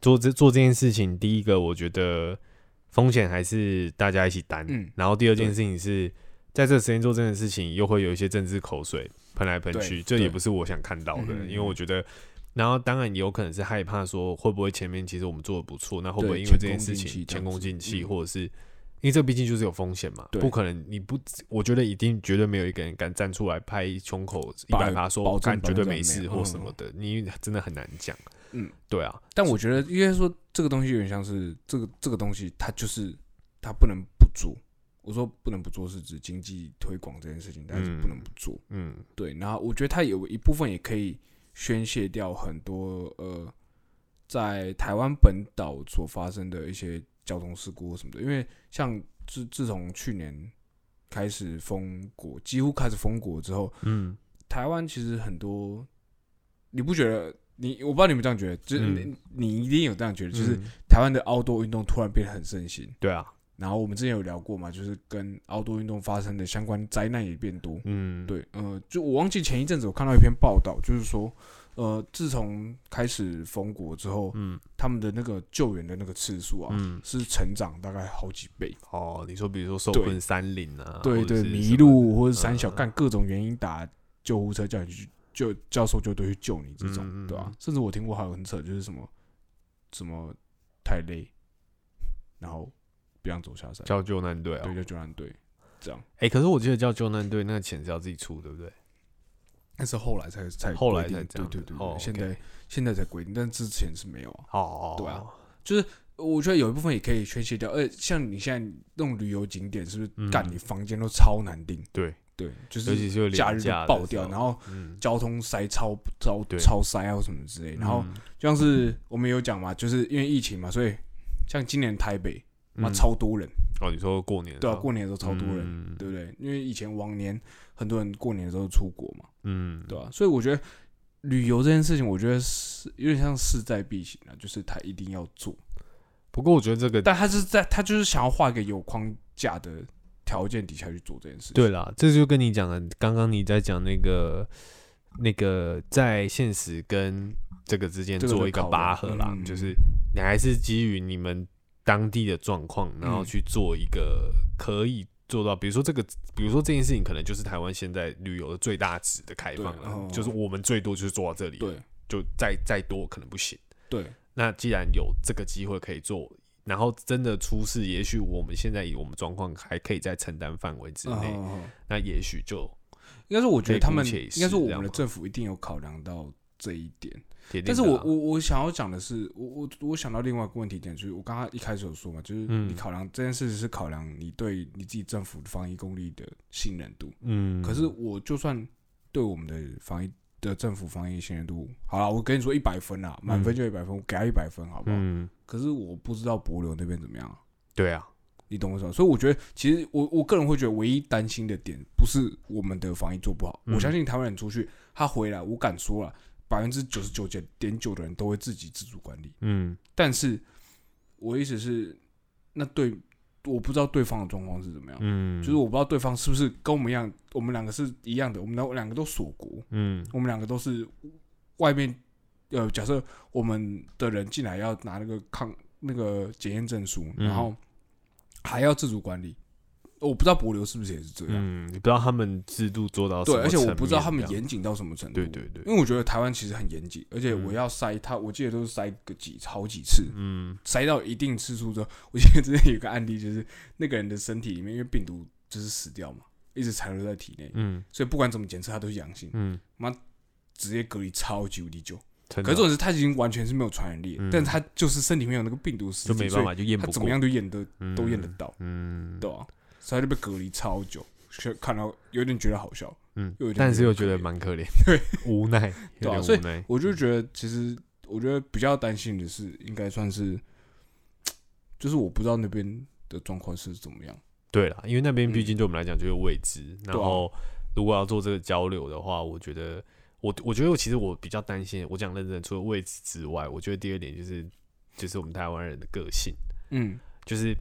做这做这件事情，第一个我觉得风险还是大家一起担，
嗯
然后第二件
对
事情是在这时间做这件事情，又会有一些政治口水喷来喷去，
对
这
对
也不是我想看到的，
嗯嗯
因为我觉得。然后当然也有可能是害怕说会不会前面其实我们做的不错，那会不
对
会因为
前
这件
功
事
尽弃
情
这
前
样
功
子
尽弃，
嗯
或者是因为这毕竟就是有风险嘛，
对
不可能你不，我觉得一定绝对没有一个人敢站出来拍胸口一百趴说
保
我
证
干绝对没
100%
事
没有
或什么的，你真的很难讲。
嗯，
对啊，
但我觉得应该说这个东西有点像是这个这个东西，它就是它不能不做。我说不能不做是指经济推广这件事情，但是不能不做。
嗯
对，然后我觉得它有一部分也可以宣泄掉很多呃，在台湾本岛所发生的一些交通事故或什么的，因为像自自从去年开始封国，几乎开始封国之后，
嗯，
台湾其实很多，你不觉得？你我不知道你们这样觉得，就是你、
嗯
你一定有这样觉得，就是
嗯
台湾的凹多运动突然变得很盛行。
对啊，
然后我们之前有聊过嘛，就是跟凹多运动发生的相关灾难也变多。
嗯，
对，呃，就我忘记前一阵子我看到一篇报道，就是说，呃，自从开始封国之后，
嗯
他们的那个救援的那个次数啊，
嗯，
是成长大概好几倍。
哦，你说比如说受
对
困山林啊，
对
或者
对，
是
迷
什么
路或者三小
嗯
干各种原因打救护车叫你去救，叫搜救队去救你这种，
嗯嗯
对吧、
嗯
甚至我听过还有很扯，就是什么什么太累，然后不想走下山，
叫救难队啊
对，，叫救援队，这样。
哎，可是我记得叫救难队那个钱是要自己出，对不对？
那是后来才才
后来
规定
才这样
对
子
对对对，
哦
现
OK
在现在才规定，但之前是没有啊。
哦，
对啊，就是我觉得有一部分也可以宣泄掉，而且像你现在那种旅游景点，是不
嗯
是干你房间都超难订？
对
对，就
尤其
是
是有
假
廉
日
价
就
的
爆
时
掉，
候
然后
嗯，
交通塞超超
对
超塞啊或什么之类。然后
嗯
就像是我们有讲嘛，就是因为疫情嘛，所以像今年台北嘛
嗯
超多人，
哦，你说过年的
对啊，
时候
过年的时候超多人，
嗯
对不对？因为以前往年很多人过年的时候出国嘛。
嗯，
对啊，所以我觉得旅游这件事情，我觉得是有点像势在必行啊，就是他一定要做，
不过我觉得这个
但他是在他就是想要画一个有框架的条件底下去做这件事情。
对啦，这就跟你讲的，刚刚你在讲那个那个在现实跟这个之间
这个
做
的
一个
考
拔
量
河啦，
嗯
就是你还是基于你们当地的状况，然后
嗯
去做一个可以做到，比如说这个，比如说这件事情，可能就是台湾现在旅游的最大值的开
对
放了，
哦
就是我们最多就是做到这里，
对
就再再多可能不行。
对
那既然有这个机会可以做，然后真的出事，也许我们现在以我们状况还可以在承担范围之
嗯
内，
嗯嗯嗯
那也许就
应该是我觉得他们
可以姑且一试
应该是我
这样
们的
吗
政府一定有考量到这一点，
铁定
但是
的
我
啊
我我想要讲的是，我我我想到另外一个问题点，就是我刚刚一开始有说嘛，就是
嗯
你考量这件事是考量你对你自己政府的防疫功力的信任度，
嗯，
可是我就算对我们的防疫的政府防疫信任度，好了，我跟你说一百分啦，满分就一百分，我给他一百分，好不好？
嗯，
可是我不知道博流那边怎么样啊、
对啊，
你懂我意思吗？所以我觉得，其实我我个人会觉得，唯一担心的点不是我们的防疫做不好，
嗯
我相信台湾人出去，他回来，我敢说了，百分之九十九点九的人都会自己自主管理。
嗯
但是我的意思是，那对我不知道对方的状况是怎么样，
嗯，
就是我不知道对方是不是跟我们一样，我们两个是一样的，我们两个都锁国，
嗯
我们两个都是外面呃，假设我们的人进来要拿那个抗那个检验证书，
嗯
然后还要自主管理，我不知道博流是不是也是这样，
嗯，你不知道他们制度做到什
啊对，
么
而且我不知道他
层面
们严谨到什么程度，
这样，对对对，
因为我觉得台湾其实很严谨，而且我要筛它，我记得都是筛个几好几次，
嗯
筛到一定次数之后，我记得之前有个案例，就是那个人的身体里面因为病毒就是死掉嘛，一直残留在体内，
嗯
所以不管怎么检测它都是阳性，
嗯，
直接隔离超级无敌久。
可
可是这种是他已经完全是没有传染力了，
嗯
但他就是身体里面有那个病毒
就
尸
没
体，
办
所以
法，就验
他
不
怎么
过，
样都验得都验得
嗯
到，
嗯，
对吧、啊所以他就被隔离超久，是看到有点觉得好笑。
嗯
又有点，
但是
觉得
又
很
觉
可
得
怜
蛮可怜， 无奈，有
对啊
点
所以
无奈。嗯
我就觉得其实我觉得比较担心的是，应该算是，就是我不知道那边的状况是怎么样。
对啦，因为那边毕
嗯
竟对我们来讲就是未知，然
对啊
后如果要做这个交流的话，我觉得我我觉得我其实我比较担心，我讲认真，除了位置之外，我觉得第二点就是就是我们台湾人的个性，
嗯
就是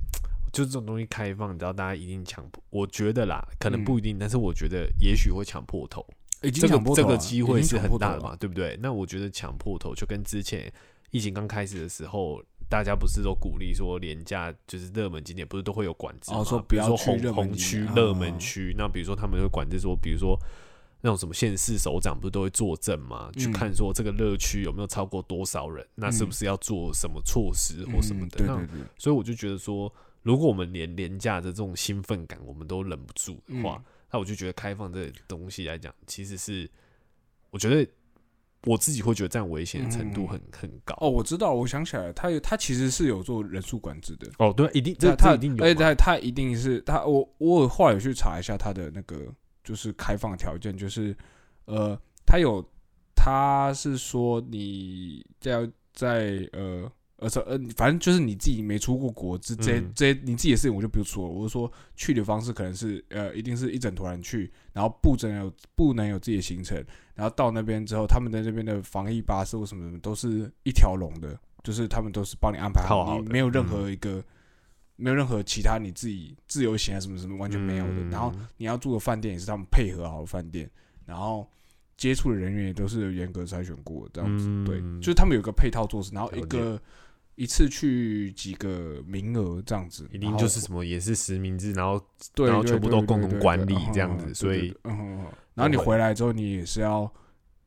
就是这种东西开放，你知道大家一定强迫，我觉得啦，可
嗯
能不一定，但是我觉得也许会抢破头，
已经
这
抢
个
破
这
头了啊
个机会是很大的？
已经抢破头了啊
嘛，对不对？那我觉得抢破头就跟之前疫情刚开始的时候，大家不是都鼓励说廉价就是热门景点不是都会有管制
哦
嘛
说不
比如
要
说
去
红
热门
红
景
区
点、
热
嗯
门
嗯
区，那比如说他们会管制说，比如说。那种什么县市首长不是都会坐镇嘛？去
嗯
看说这个热区有没有超过多少人，那是
嗯
不是要做什么措施或什么
嗯
的？
对
那
对对，
所以我就觉得说，如果我们连廉价的这种兴奋感我们都忍不住的话，
嗯
那我就觉得开放这个东西来讲，其实是我觉得我自己会觉得这样危险的程度很、很高。
哦，我知道，我想起来了，他有他其实是有做人数管制的，
哦，对，一定这
他
这一定
而且
有嘛，
他他一定是他我我有后来有去查一下他的那个就是开放条件，就是呃，他有他是说你要在呃呃是呃，反正就是你自己没出过国，这这
嗯
这你自己的事情我就不说了。我是说去的方式可能是呃，一定是一整团人去，然后不能有不能有自己的行程，然后到那边之后，他们在那边的防疫巴士或什么什么都是一条龙的，就是他们都是帮你安排
套好
你
的嗯
没有任何一个、没有任何其他你自己自由行啊什么什么完全没有的。
嗯
然后你要住的饭店也是他们配合好的饭店，然后接触的人员也都是有严格筛选过的这样子。
嗯
对，就是他们有一个配套措施，然后一
了解
个一次去几个名额这样子，
一
然
定
后
就是什么也是实名制，然后
对，
然后
对
全部
对
都
对对
共同
对
管
对
理
嗯
这样
嗯
子
对
所
对
以
对嗯嗯嗯然后你
会
回来之后，你也是要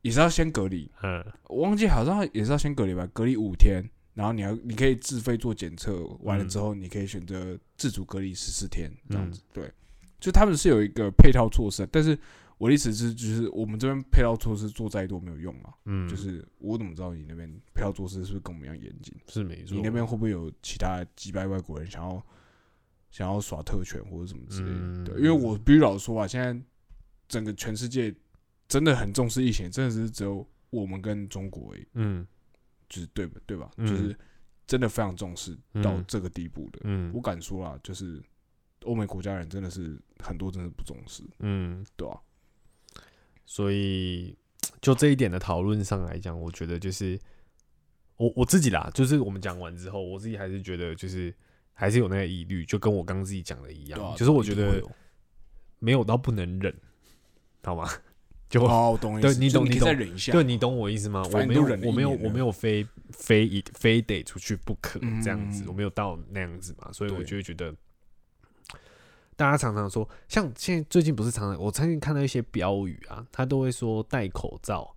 也是要先隔离，
嗯
我忘记好像也是要先隔离吧，隔离五天，然后你要你可以自费做检测，完了之后你可以选择自主隔离十四天这样子。对，就他们是有一个配套措施，啊但是我的意思是，就是我们这边配套措施做再多没有用嘛，
嗯，
就是我怎么知道你那边配套措施是不是跟我们一样严谨？
是没错，
你那边会不会有其他几百外国人想要想要耍特权或者什么之类的？
嗯
对，因为我必须老实说啊，现在整个全世界真的很重视疫情，真的是只有我们跟中国而已，
嗯
就是对吧？对吧？
嗯
就是真的非常重视到
嗯
这个地步的。
嗯
我敢说啊，就是欧美国家人真的是很多真的不重视，
嗯，
对吧、
所以就这一点的讨论上来讲，我觉得就是我我自己啦，就是我们讲完之后，我自己还是觉得就是还是有那个疑虑，就跟我刚自己讲的一样，
对啊
就是我觉
一定会
得
有
没有到不能忍，好吗？ 就、
哦，我懂意思，
对你懂
就是你
你
可以
懂
再忍一下，
对你懂我意思吗？我
反正
没
都
有
忍了
我
一
没有
年
我
了
没有非非一非得出去不可
嗯
这样子，
嗯嗯
我没有到那样子嘛，所以我
对
就会觉得。大家常常说，像现在最近不是常常，我最近看到一些标语啊，他都会说戴口罩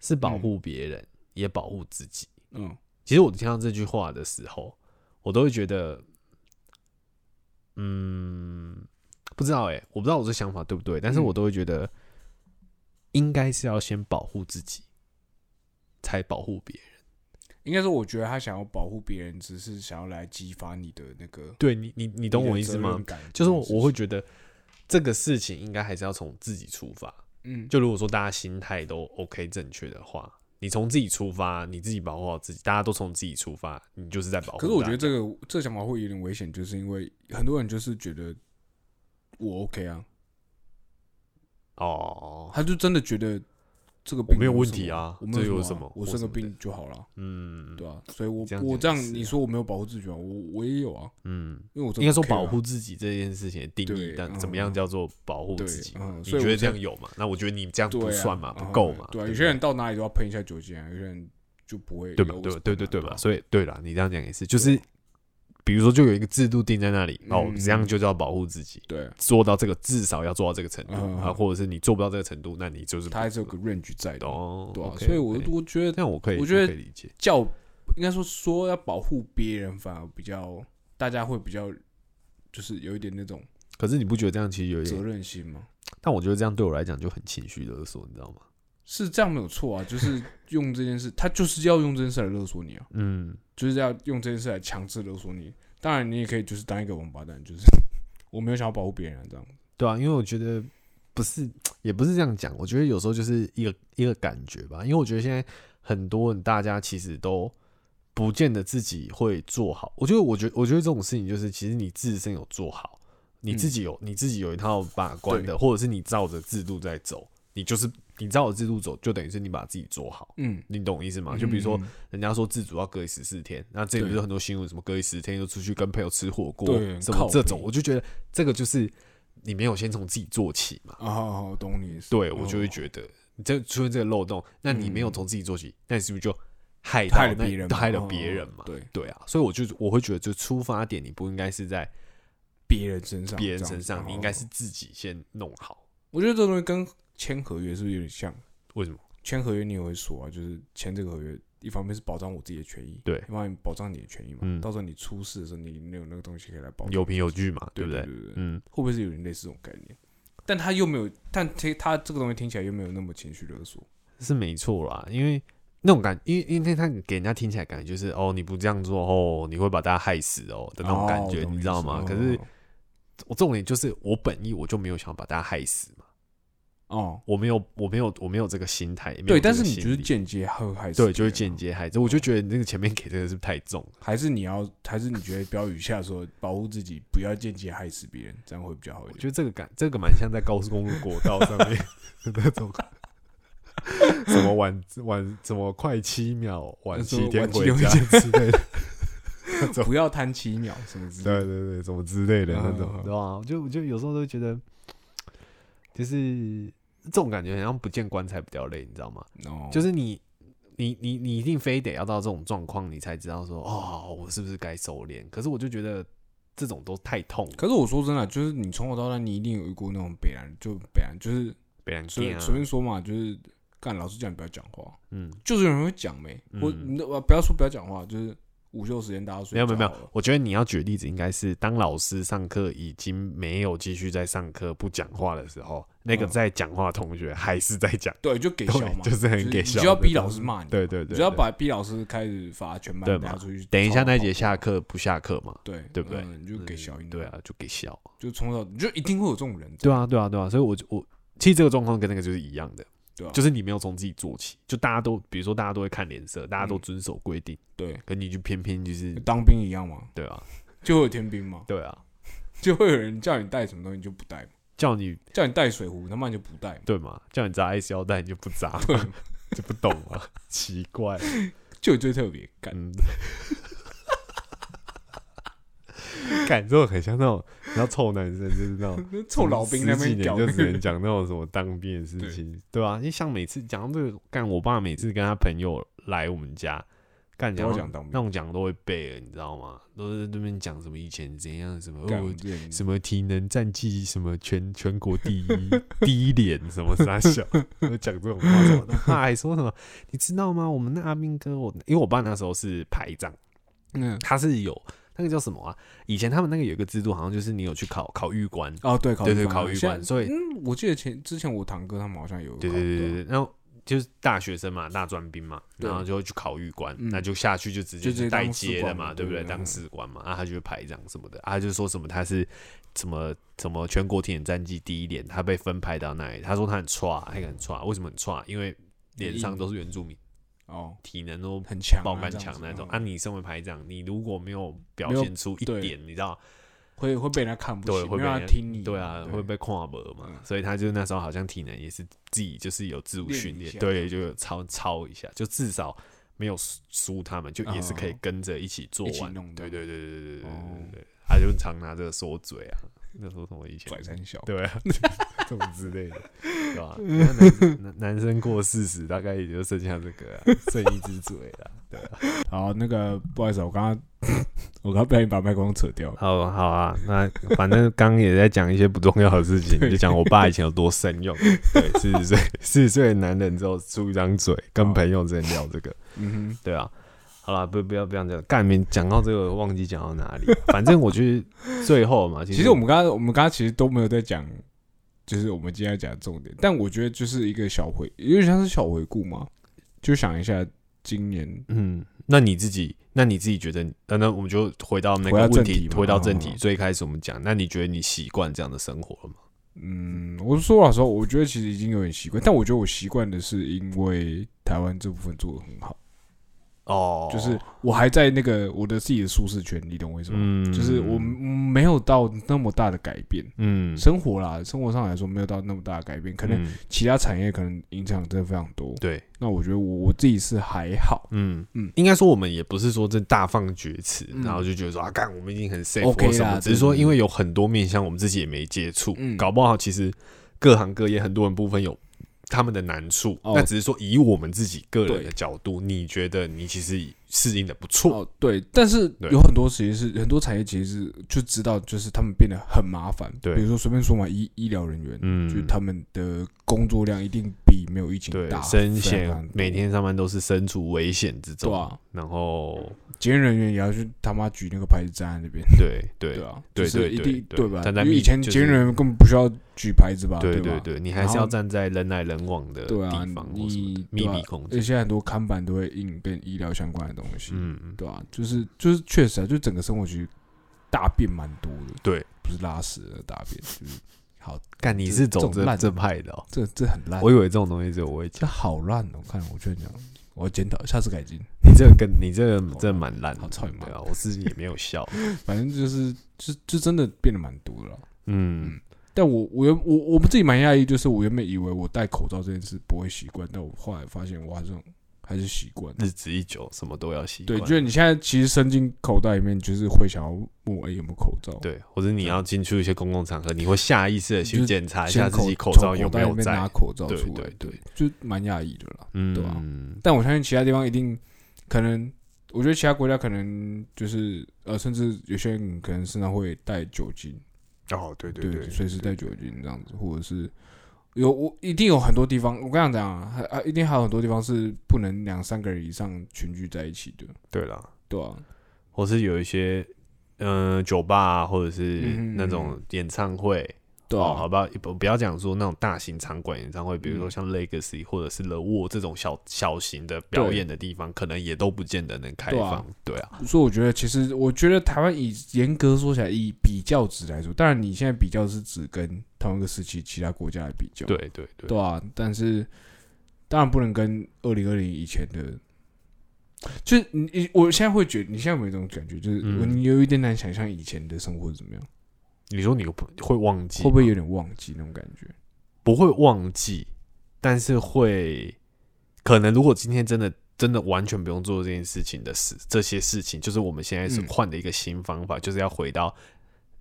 是保
嗯
护别人，也保护自己。
嗯，
其实我听到这句话的时候，我都会觉得，嗯，不知道哎、我不知道我这想法对不对，但是
嗯
我都会觉得，应该是要先保护自己，才保护别人。
应该说，我觉得他想要保护别人，只是想要来激发你的那个，
对你，你你懂我意思吗？？就是
嗯
我我会，觉得这个事情应该还是要从自己出发。
嗯，
就如果说大家心态都 OK 正确的话，你从自己出发，你自己保护好自己，大家都从自己出发，你就是在保护大家。
可是我觉得这
哦
个
啊
这个想法会有点危险，就是因为很多人就是觉得我 OK 啊，
哦，
他就真的觉得这个
我
病
没有
什
问
么
题啊
我
这
没
有
有
什
么
么
啊，我
我
生
什
个
么的
病就好了，
嗯，
对啊，所以我
这样
我
讲
这样
也是
你
啊
说我没有保护自己，我我也有啊，
嗯，
因为我真的
应该说
不 care 啊
保护自己这件事情的定义
对，
但
嗯
怎么样叫做保护
对
自己？
嗯，
你
所以
觉
我
得这
才
样有吗？那我觉得你这样
对
不
啊
算嘛，不
嗯
够嘛？
对啊，
不
有些人到哪里都要喷一下酒精啊，有些人就不会
对吧
有？
对
什么
吧对对
啊
对
啊
吧？所以对了，你这样讲也是，就是比如说就有一个制度定在那里，哦，
嗯
这样就叫保护自己，
对，啊
做到这个至少要做到这个程度
嗯
啊，或者是你做不到这个程度，那你就是
他还是有个 range 在的，
懂
对啊，所以我我觉得
但我可以
我觉得
可以理解，
叫应该说说要保护别人，反而比较大家会比较就是有一点那种
可是你不觉得这样其实有一
责
点？
任心吗？
但我觉得这样对我来讲就很情绪勒索，你知道吗？
是这样没有错啊， 就是用这件事，他就是要用这件事来勒索你啊，
嗯，
就是要用这件事来强制勒索你。当然，你也可以就是当一个王八蛋，就是 我没有想要保护别人啊这样。
对啊，因为我觉得不是，也不是这样讲。我觉得有时候就是一个一个感觉吧，因为我觉得现在很多人大家其实都不见得自己会做好。我觉得，我觉得，我觉得这种事情就是，其实你自身有做好，你自己有、你自己有一套把关的，或者是你照着制度在走，你就是你照着制度走，就等于是你把自己做好。
嗯，
你懂我意思吗？就比如说
嗯，嗯
人家说自主要隔离十四天，那这里不
对
是很多新闻，什么隔离十天又出去跟朋友吃火锅
对，
什
靠
么
北
这种，我就觉得这个就是你没有先从自己做起嘛。
啊，好好懂你意思。
对
哦嗯
我就会觉得你这出现这个漏洞，那你没有从自己做起，那你是不是就害到
害了
那
别人嘛，
害了
哦
别人嘛？
对，
对啊，所以我就我会觉得，就出发点你不应该是在
别人身上，
别人
这样
身
子
上，你应该。是
哦
自己先弄好。
我觉得这东西跟签合约是不是有点像？
为什么？
签合约你也会说啊，就是签这个合约，一方面是保障我自己的权益，
对
一方面保障你的权益嘛。
嗯
到时候你出事的时候，你你有那个东西可以来保障，
有凭有据嘛，对
哦对
不
对
对？
对对。
嗯，
会不会是有点类似这种概念？但他又没有，但他他这个东西听起来又没有那么情绪勒索。
是没错啦，因为那种感，因为因为他给人家听起来感觉就是哦，你不这样做哦，你会把大家害死哦的那种感觉，
哦
你知道吗？可是我重点就是我本意我就没有想把大家害死嘛，
哦，
我没有我没有我没有这个心态，也没有
对，
这个
但是你
心
就是
理
间接嗯害害死别人啊，
对，就是间接害死，我就觉得你这个前面给这个是不是太重了？
还是你要，还是你觉得标语下说保护自己，不要间接害死别人，这样会比较好一
我
点。
觉得这个感这个蛮像在高速公路国道上面那种。 什么晚晚什么快七秒晚
说
七天
呃晚七
回
天回
家之类的，那种
不要贪七秒什么之类
对
的。
对对，什么之类的那种
嗯，
对吧？就就有时候都会觉得，就是这种感觉，好像不见棺材不掉泪，你知道吗？
哦，
就是你你你你一定非得要到这种状况，你才知道说，哦，我是不是该收敛？可是我就觉得这种都太痛了，
可是我说真的，就是你从小到大，你一定有遇过那种北兰，就北兰，就是
被人
随
啊
随，便说嘛，就是干老师讲不要讲话，
嗯，
就是有人会讲没，
嗯
我你我不要说不要讲话，就是午休时间大家睡
没有没有没
觉好
有
了，
我觉得你要举例子应该是当老师上课已经没有继续在上课不讲话的时候，那个
嗯
在讲话的同学还是在讲，
对，就给
对
笑嘛，
就是很给
你
笑
就要
的
逼
东
老
西
师骂你，
对对对，
你就要
对
把逼老师开始罚全
对
班
嘛
大家出去。
等一下那节下，课不下课嘛，
对
对不对
嗯你就给小音，
对，啊，就给笑。
就从小你就一定会有这种人，
对啊，对啊，对啊，所以我就我其实这个状况跟那个就是一样的，
对啊
就是你没有从自己做起，就大家都比如说大家都会看脸色，大家都
嗯
遵守规定，
对，
可你就偏偏就是
当兵一样嘛，
对啊，
就会有天兵嘛，
对啊，
就会有人叫你带什么东西你就不带嘛，
叫你
叫你带水壶他妈你就不带嘛，
对嘛，叫你扎 S 腰带你就不扎
对
嘛，， 就不懂嘛，奇怪，
就最特别干，
嗯。感觉很像那种，你知道臭男生就是那种
那臭老兵
十
那
几
边
年
屌
就
那
只
个
能讲那种什么当兵的事
对
情，对吧、啊？因为像每次讲到这个，干我爸每次跟他朋友来我们家，干
都
讲
要
到
讲当兵
那种讲都会背了，你知道吗？都是那边讲什么以前怎样，什么
干
哦，
这人
什么体能战绩，什么全全国第一 第一脸，什么傻小， 都讲这种话，什么的话还说什么，你知道吗？我们那阿兵哥，我因为我爸那时候是排长。
嗯
他是有那个叫什么啊？以前他们那个有一个制度，好像就是你有去考考狱官，
哦对，考
对对
官
考
啊
虑
现
官
在
所以
嗯，我记得前之前我堂哥他们好像有
对
考
对对
啊
对对，然后就是大学生嘛，大专兵嘛，
对
然后就会去考狱官，
嗯
那就下去就直接
就直接
带
当
接
士
的
官
嘛，
嘛
对不
对
对？
对
当
嗯
士官嘛，啊，他就会排长什么的，啊，他就说什么他是什么什么全国体检战绩第一连，他被分派到那里，他说他很差，那个很差，为什么很差？因为脸上都是原住民，
哦，
体能都
很强啊，
爆肝
这样
强
子
那种。
嗯
啊，你身为排长，你如果没有表
没有
现出一
对
点，你知道，
会会被人家看不起，
对，会
没有
被人
人
家
听你，
对嗯啊，会被跨博嘛。所以他就那时候好像体能也是自己就是有自我
练
训
一
练，
下
对，就有抄抄一下，就至少没有输输他们，就也是可以
哦
跟嗯着一起做
一起
完。
弄
对
的
对对对对对对
哦
对对，他就常拿这个说嘴啊， 那时候什么以前
拽三小，
对啊，这种之类的， 嗯对吧、男生男男生过四十，大概也就剩下这 个、啊、剩一只嘴啊了。
好，那个不好意思，我刚刚 我刚刚不小心把麦克风扯掉了。
好好啊，那反正刚刚也在讲一些不重要的事情，就讲我爸以前有多神 勇。对，四十岁四十岁的男人之后出一张嘴，跟朋友之间聊这个，
嗯哼，
对啊。好啦，不不要不要这样，干面讲到这个忘记讲到哪里，反正 我去最后嘛，其
其实我们刚刚我们刚刚其实都没有在讲，就是我们今天要讲的重点，但我觉得就是一个小回，有点像是小回顾嘛，就想一下今年
嗯，那你自己，那你自己觉得你，呃，那我们就回到那
回
个
到
问
正
题
题，嘛
回到正题
嗯，嗯
最开始我们讲，那你觉得你习惯这样的生活了吗？
嗯，我说老实话，我觉得其实已经有点习惯，但我觉得我习惯的是因为台湾这部分做的很好，
哦
就是我还在那个我的自己的舒适圈，你懂我意思吗？
嗯
就是我嗯没有到那么大的改变，
嗯，
生活啦，生活上来说没有到那么大的改变，可能
嗯
其他产业可能影响真的非常多。
对，
那我觉得我我自己是还好
嗯
嗯
嗯，应该说我们也不是说这大放厥词，
嗯
然后就觉得说啊，干我们已经很 safe
OK
或什么，
啦
只是说
对对对
因为有很多面向我们自己也没接触
嗯，
搞不好其实各行各业很多人部分有。他们的难处，
哦
那只是说以我们自己个人
对
的角度，你觉得你其实适应的不错，
哦，对，但是
对
有很多其实是很多产业其实是就知道，就是他们变得很麻烦，
对
比如说随便说嘛，医医疗人员，
嗯，
就是他们的工作量一定比没有疫情
对
大，，
身
非常非常
险
多
每天上班都是身处危险之
对
中，
啊，
然后
检验人员也要去他妈举那个牌子站在那边，
对对
对啊，
对
就是
对
一
对
定
对
对吧？
站在
因为以
密
前
就是
检验人员根本不需要举牌子吧，
对
吧？
对，你还
然
是要
后
站在人来人往的
对啊
地方，或什么
你
的密
对啊
闭空
而且
间，
现在很多看板都会印跟医疗相关的东西，
嗯，
对啊，就是就是确实啊，就整个生活其实大变蛮多的，
对，
不是拉屎的大便，就是好，
干你
这
是
这
走
种
这
烂
这派的哦，
这这很烂，
我以为这种东西只有我会
这
讲，
好烂哦，看我就讲，我要检讨，下次改进。
你这个跟你这个真的蛮烂的，
哦好操你妈
对啊，我自己也没有 笑，
反正就是就就真的变得蛮多的啦。
嗯，
但我我原我我们自己蛮讶异，就是我原本以为我戴口罩这件事不会习惯，但我后来发现我好像还是习惯。
日子一久，什么都要习
对，
惯，
就是你现在其实伸进口袋里面，就是会想要问我哎有没有口罩，，
对，或者你要进去一些公共场合，你会下意识的
就
去
是
检查一下自己口
口
罩
从
有没
袋里
有
面拿
在，
口罩
对
出来
对，对，
就蛮讶异的啦。对啊
嗯。
但我相信其他地方一定可能，我觉得其他国家可能就是呃，甚至有些人可能身上会带酒精，
哦，对对
对，随时带酒精这样子，或者是有我一定有很多地方，我刚刚讲啊，还啊，一定还有很多地方是不能两三个人以上群聚在一起的，
对啦，
对啊，
或是有一些嗯、呃酒吧、啊、或者是
嗯哼
那种演唱会，
对
哦，好
啊，
吧，不不要讲说那种大型场馆演唱会，比如说
嗯
像 Legacy 或者是 The Wall 这种小小型的表演的地方，可能也都不见得能开
对啊
放。对啊，
所以我觉得其实我觉得台湾以严格说起来，以比较值来说，当然你现在比较是只跟同一个时期其他国家来比较，
对对对，
对啊，但是当然不能跟二零二零以前的，就是你你我现在会觉得，你现在有没有这种感觉？就是
嗯
我你有一点难想象以前的生活是怎么样，
你说你会不会忘记
会
吗？
不会有点忘记那种感觉？
不会忘记，但是会可能如果今天真的真的完全不用做这件事情的事，这些事情就是我们现在是
嗯
换的一个新方法，就是要回到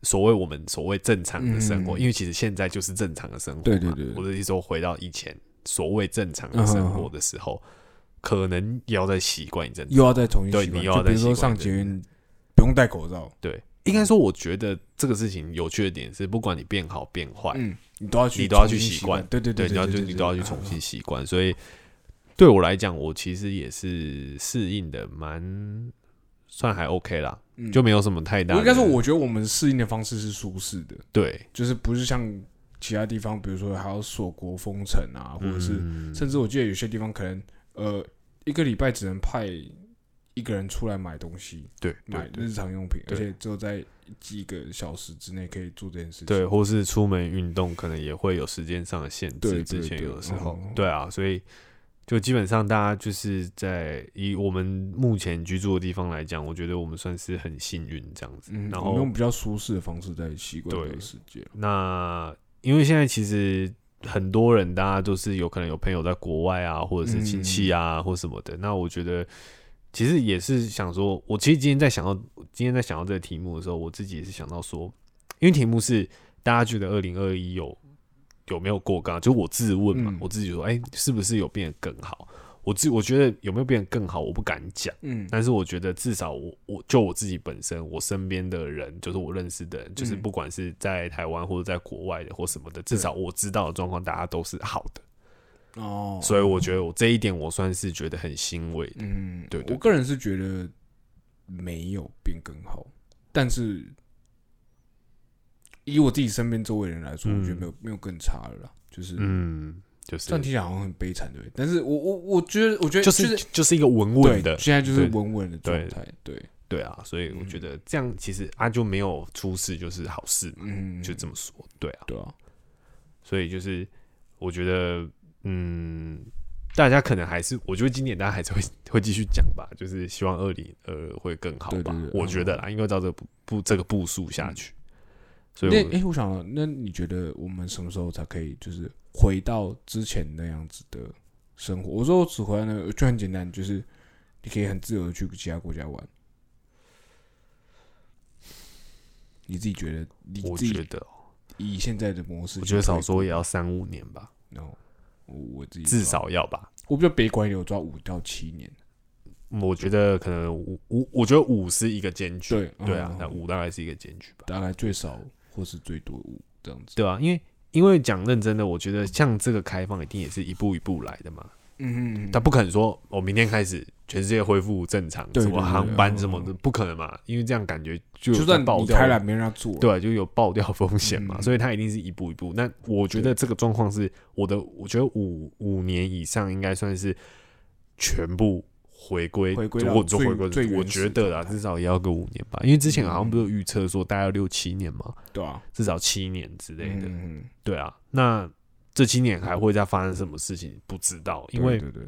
所谓我们所谓正常的生活，
嗯
因为其实现在就是正常的生活嘛。
对对对
我的意思说回到以前所谓正常的生活的时
嗯
候，可能也要再习惯一阵子。
又要再啊重新
对
习惯，
你又
就
要
比
再
如说
习惯
上
对
捷运不用戴口罩，
对，应该说我觉得这个事情有趣的点是，不管你变好变坏，
嗯，你都要去
你都要去
重新
习
习
惯
对对
对，
对，
你要就
对嗯
你都要去重新。习惯，所以对我来讲，我其实也是适应的蛮算还 OK 啦，
嗯
就没有什么太大
我
的。
应该说，我觉得我们适应的方式是舒适的，
对，
就是不是像其他地方，比如说还要锁国封城啊，或者是
嗯
甚至我记得有些地方可能呃一个礼拜只能派一个人出来买东西，
对对
买日常用品，而
对
且只有在几个小时之内可以做这件事情。
对，或是出门运动可能也会有时间上的限
对对
制，之前
对
有的时候
嗯，
对啊，所以就基本上大家就是在以我们目前居住的地方来讲，我觉得我们算是很幸运这样子。
嗯，
然
我们
后
用比较舒适的方式在习惯这
对
个世界。
那因为现在其实很多人，大家都是有可能有朋友在国外啊，或者是亲戚啊，或什么的。那我觉得其实也是想说，我其实今天在想到今天在想到这个题目的时候，我自己也是想到说，因为题目是大家觉得二零二一有有没有过刚，就我自问嘛，
嗯
我自己说，哎、是不是有变得更好？我自我觉得有没有变得更好，我不敢讲。
嗯
但是我觉得至少我我就我自己本身，我身边的人，就是我认识的人，就是
嗯
不管是在台湾或者在国外的或什么的，至少我知道的状况，大家都是好的。
哦，
所以我觉得我这一点，我算是觉得很欣慰的。
嗯，
对对
我个人是觉得没有变更好，但是以我自己身边周围人来说，
嗯
我觉得没有没有更差了啦。就是、
嗯，就是
这样听起来好像很悲惨，对不对？但是我我我觉得，我觉得
就是
是
就是一个稳
对
稳的，
现在就是
对
稳稳的
对
状态，对，嗯
对啊。所以我觉得这样其实啊就没有出事就是好事嘛，
嗯，
就这么说，对啊。
对啊，
所以就是我觉得，嗯，大家可能还是，我觉得今年大家还是会会继续讲吧，就是希望二零二会更好吧。
对对嗯对
我觉得啦，因为照这个步步这个步数下去，所
那
以
哎、
我
诶我想了，那你觉得我们什么时候才可以就是回到之前那样子的生活？我说我只回来那个就很简单，就是你可以很自由的去其他国家玩。你自己觉得，你
我
自
觉
己
得哦，
以现在的模式去推估，
我觉得少说也要三五年吧，
然后我我自己
至
抓
少要吧。
我比较悲观一点，我抓五到七年。
我觉得可能五五，我觉得五是一个间距，
对
对啊
嗯，
那五大概是一个间距吧。
大概最少或是最多五这样子。
对啊，因为因为讲认真的，我觉得像这个开放一定也是一步一步来的嘛。
嗯嗯
他不可能说我、明天开始全世界恢复正常，
对
什么
对对
航班
嗯
什么的，不可能嘛，因为这样感觉就有
就算
爆
你
掉
开了，
的，
没人要做，
对，啊就有爆掉风险嘛，
嗯
所以他一定是一步一步。那我觉得这个状况是我的，我觉得五五年以上应该算是全部回归，
回归到
我就
最
回归
最，原
我
始
觉得啦，至少也要个五年吧，因为之前好像
嗯
不是有预测说大概要六七年嘛，
对啊，
至少七年之类的，
嗯，嗯
对啊，那。这七年还会再发生什么事情？不知道，因
对
为
对对，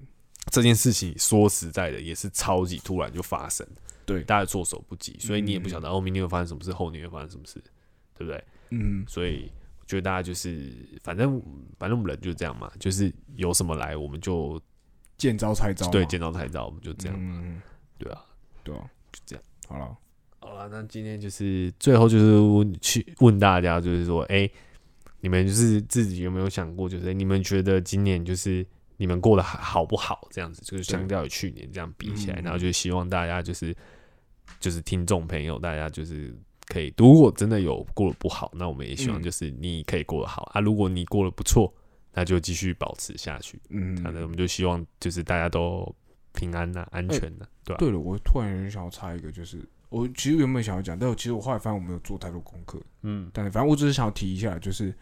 这件事情说实在的也是超级突然就发生，
对
大家措手不及，所以你也
嗯
不晓得哦，明天会发生什么事，后年会发生什么事，对不对？
嗯，
所以我觉得大家就是，反正反正我们人就这样嘛，就是有什么来我们就
见招拆招嘛，
对见招拆招，我们就这样，
嗯，嗯
对啊。
对啊，
就这样。
好了，
好了，那今天就是最后就是问去问大家，就是说，哎、你们就是自己有没有想过，就是哎你们觉得今年就是你们过得好好不好？这样子，就是相较于去年这样比起来，
嗯
然后就希望大家就是就是听众朋友，大家就是可以，如果真的有过得不好，那我们也希望
嗯
就是你可以过得好、啊。如果你过得不错，那就继续保持下去。
嗯，
反正我们就希望就是大家都平安呐、安全呐、对
哎
吧、
对了，我突然有点想要插一个，就是我其实原本想要讲，但我其实我后来发现我没有做太多功课，
嗯，
但反正我只是想要提一下，就是，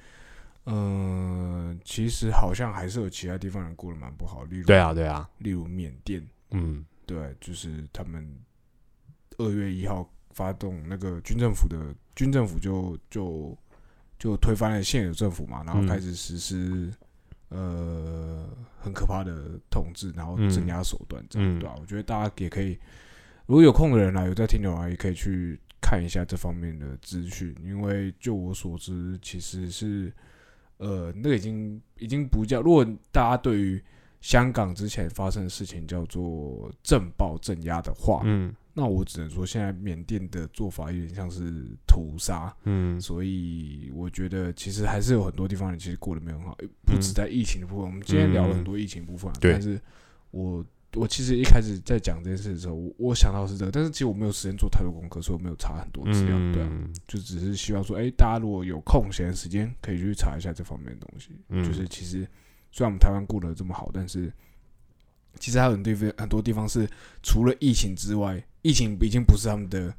嗯，其实好像还是有其他地方人过得蛮不好，例如，
对啊，对啊，
例如缅甸，
嗯
对，就是他们二月一号发动那个军政府的军政府就就就推翻了现有政府嘛，然后
嗯
开始实施、呃很可怕的统治，然后镇压手段这样、
嗯
对吧、我觉得大家也可以，如果有空的人啊，有在听的话，也可以去看一下这方面的资讯，因为就我所知，其实是呃那个已经已经不叫，如果大家对于香港之前发生的事情叫做政暴镇压的话，
嗯
那我只能说，现在缅甸的做法有点像是屠杀，
嗯，
所以我觉得其实还是有很多地方人其实过得没有很好，呃不止在疫情的部分。我们今天聊了很多疫情部分啊，
嗯对
但是我我其实一开始在讲这件事的时候，我我想到的是这个，但是其实我没有时间做太多功课，所以我没有查很多资料，对啊，
嗯
就只是希望说，哎、大家如果有空闲的时间，可以去查一下这方面的东西。
嗯
就是其实虽然我们台湾过得这么好，但是其实还有很多地方很多地方是除了疫情之外，疫情已经不是他们的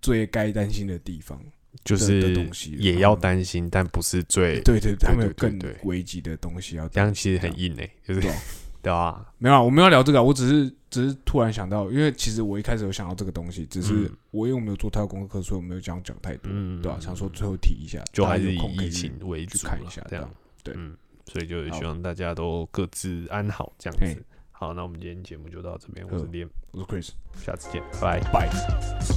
最该担心的地方。
就
的
是
的东西哦
也要担心，但不是最
对啊对，他们有
对对
更
对
危急的东西要
这样，其实很硬诶、就是
对啊
对啊，
没有啊，我没有要聊这个啊，我只是只是突然想到，因为其实我一开始有想到这个东西，只是
嗯
我因为我没有做太多功课，所以我没有讲讲太多，啊
嗯，
对吧、想说最后提一下，
就
大
还
家
是
有
以
空可以
疫情为主
去
啦
看一下
这
这
样
样，对
嗯，所以就也
好
希望大家都各自安好这样
嘿
子。好，那我们今天节目就到这边，我是
嗯
Liam，
我是 Chris，
下次见，拜拜。
拜。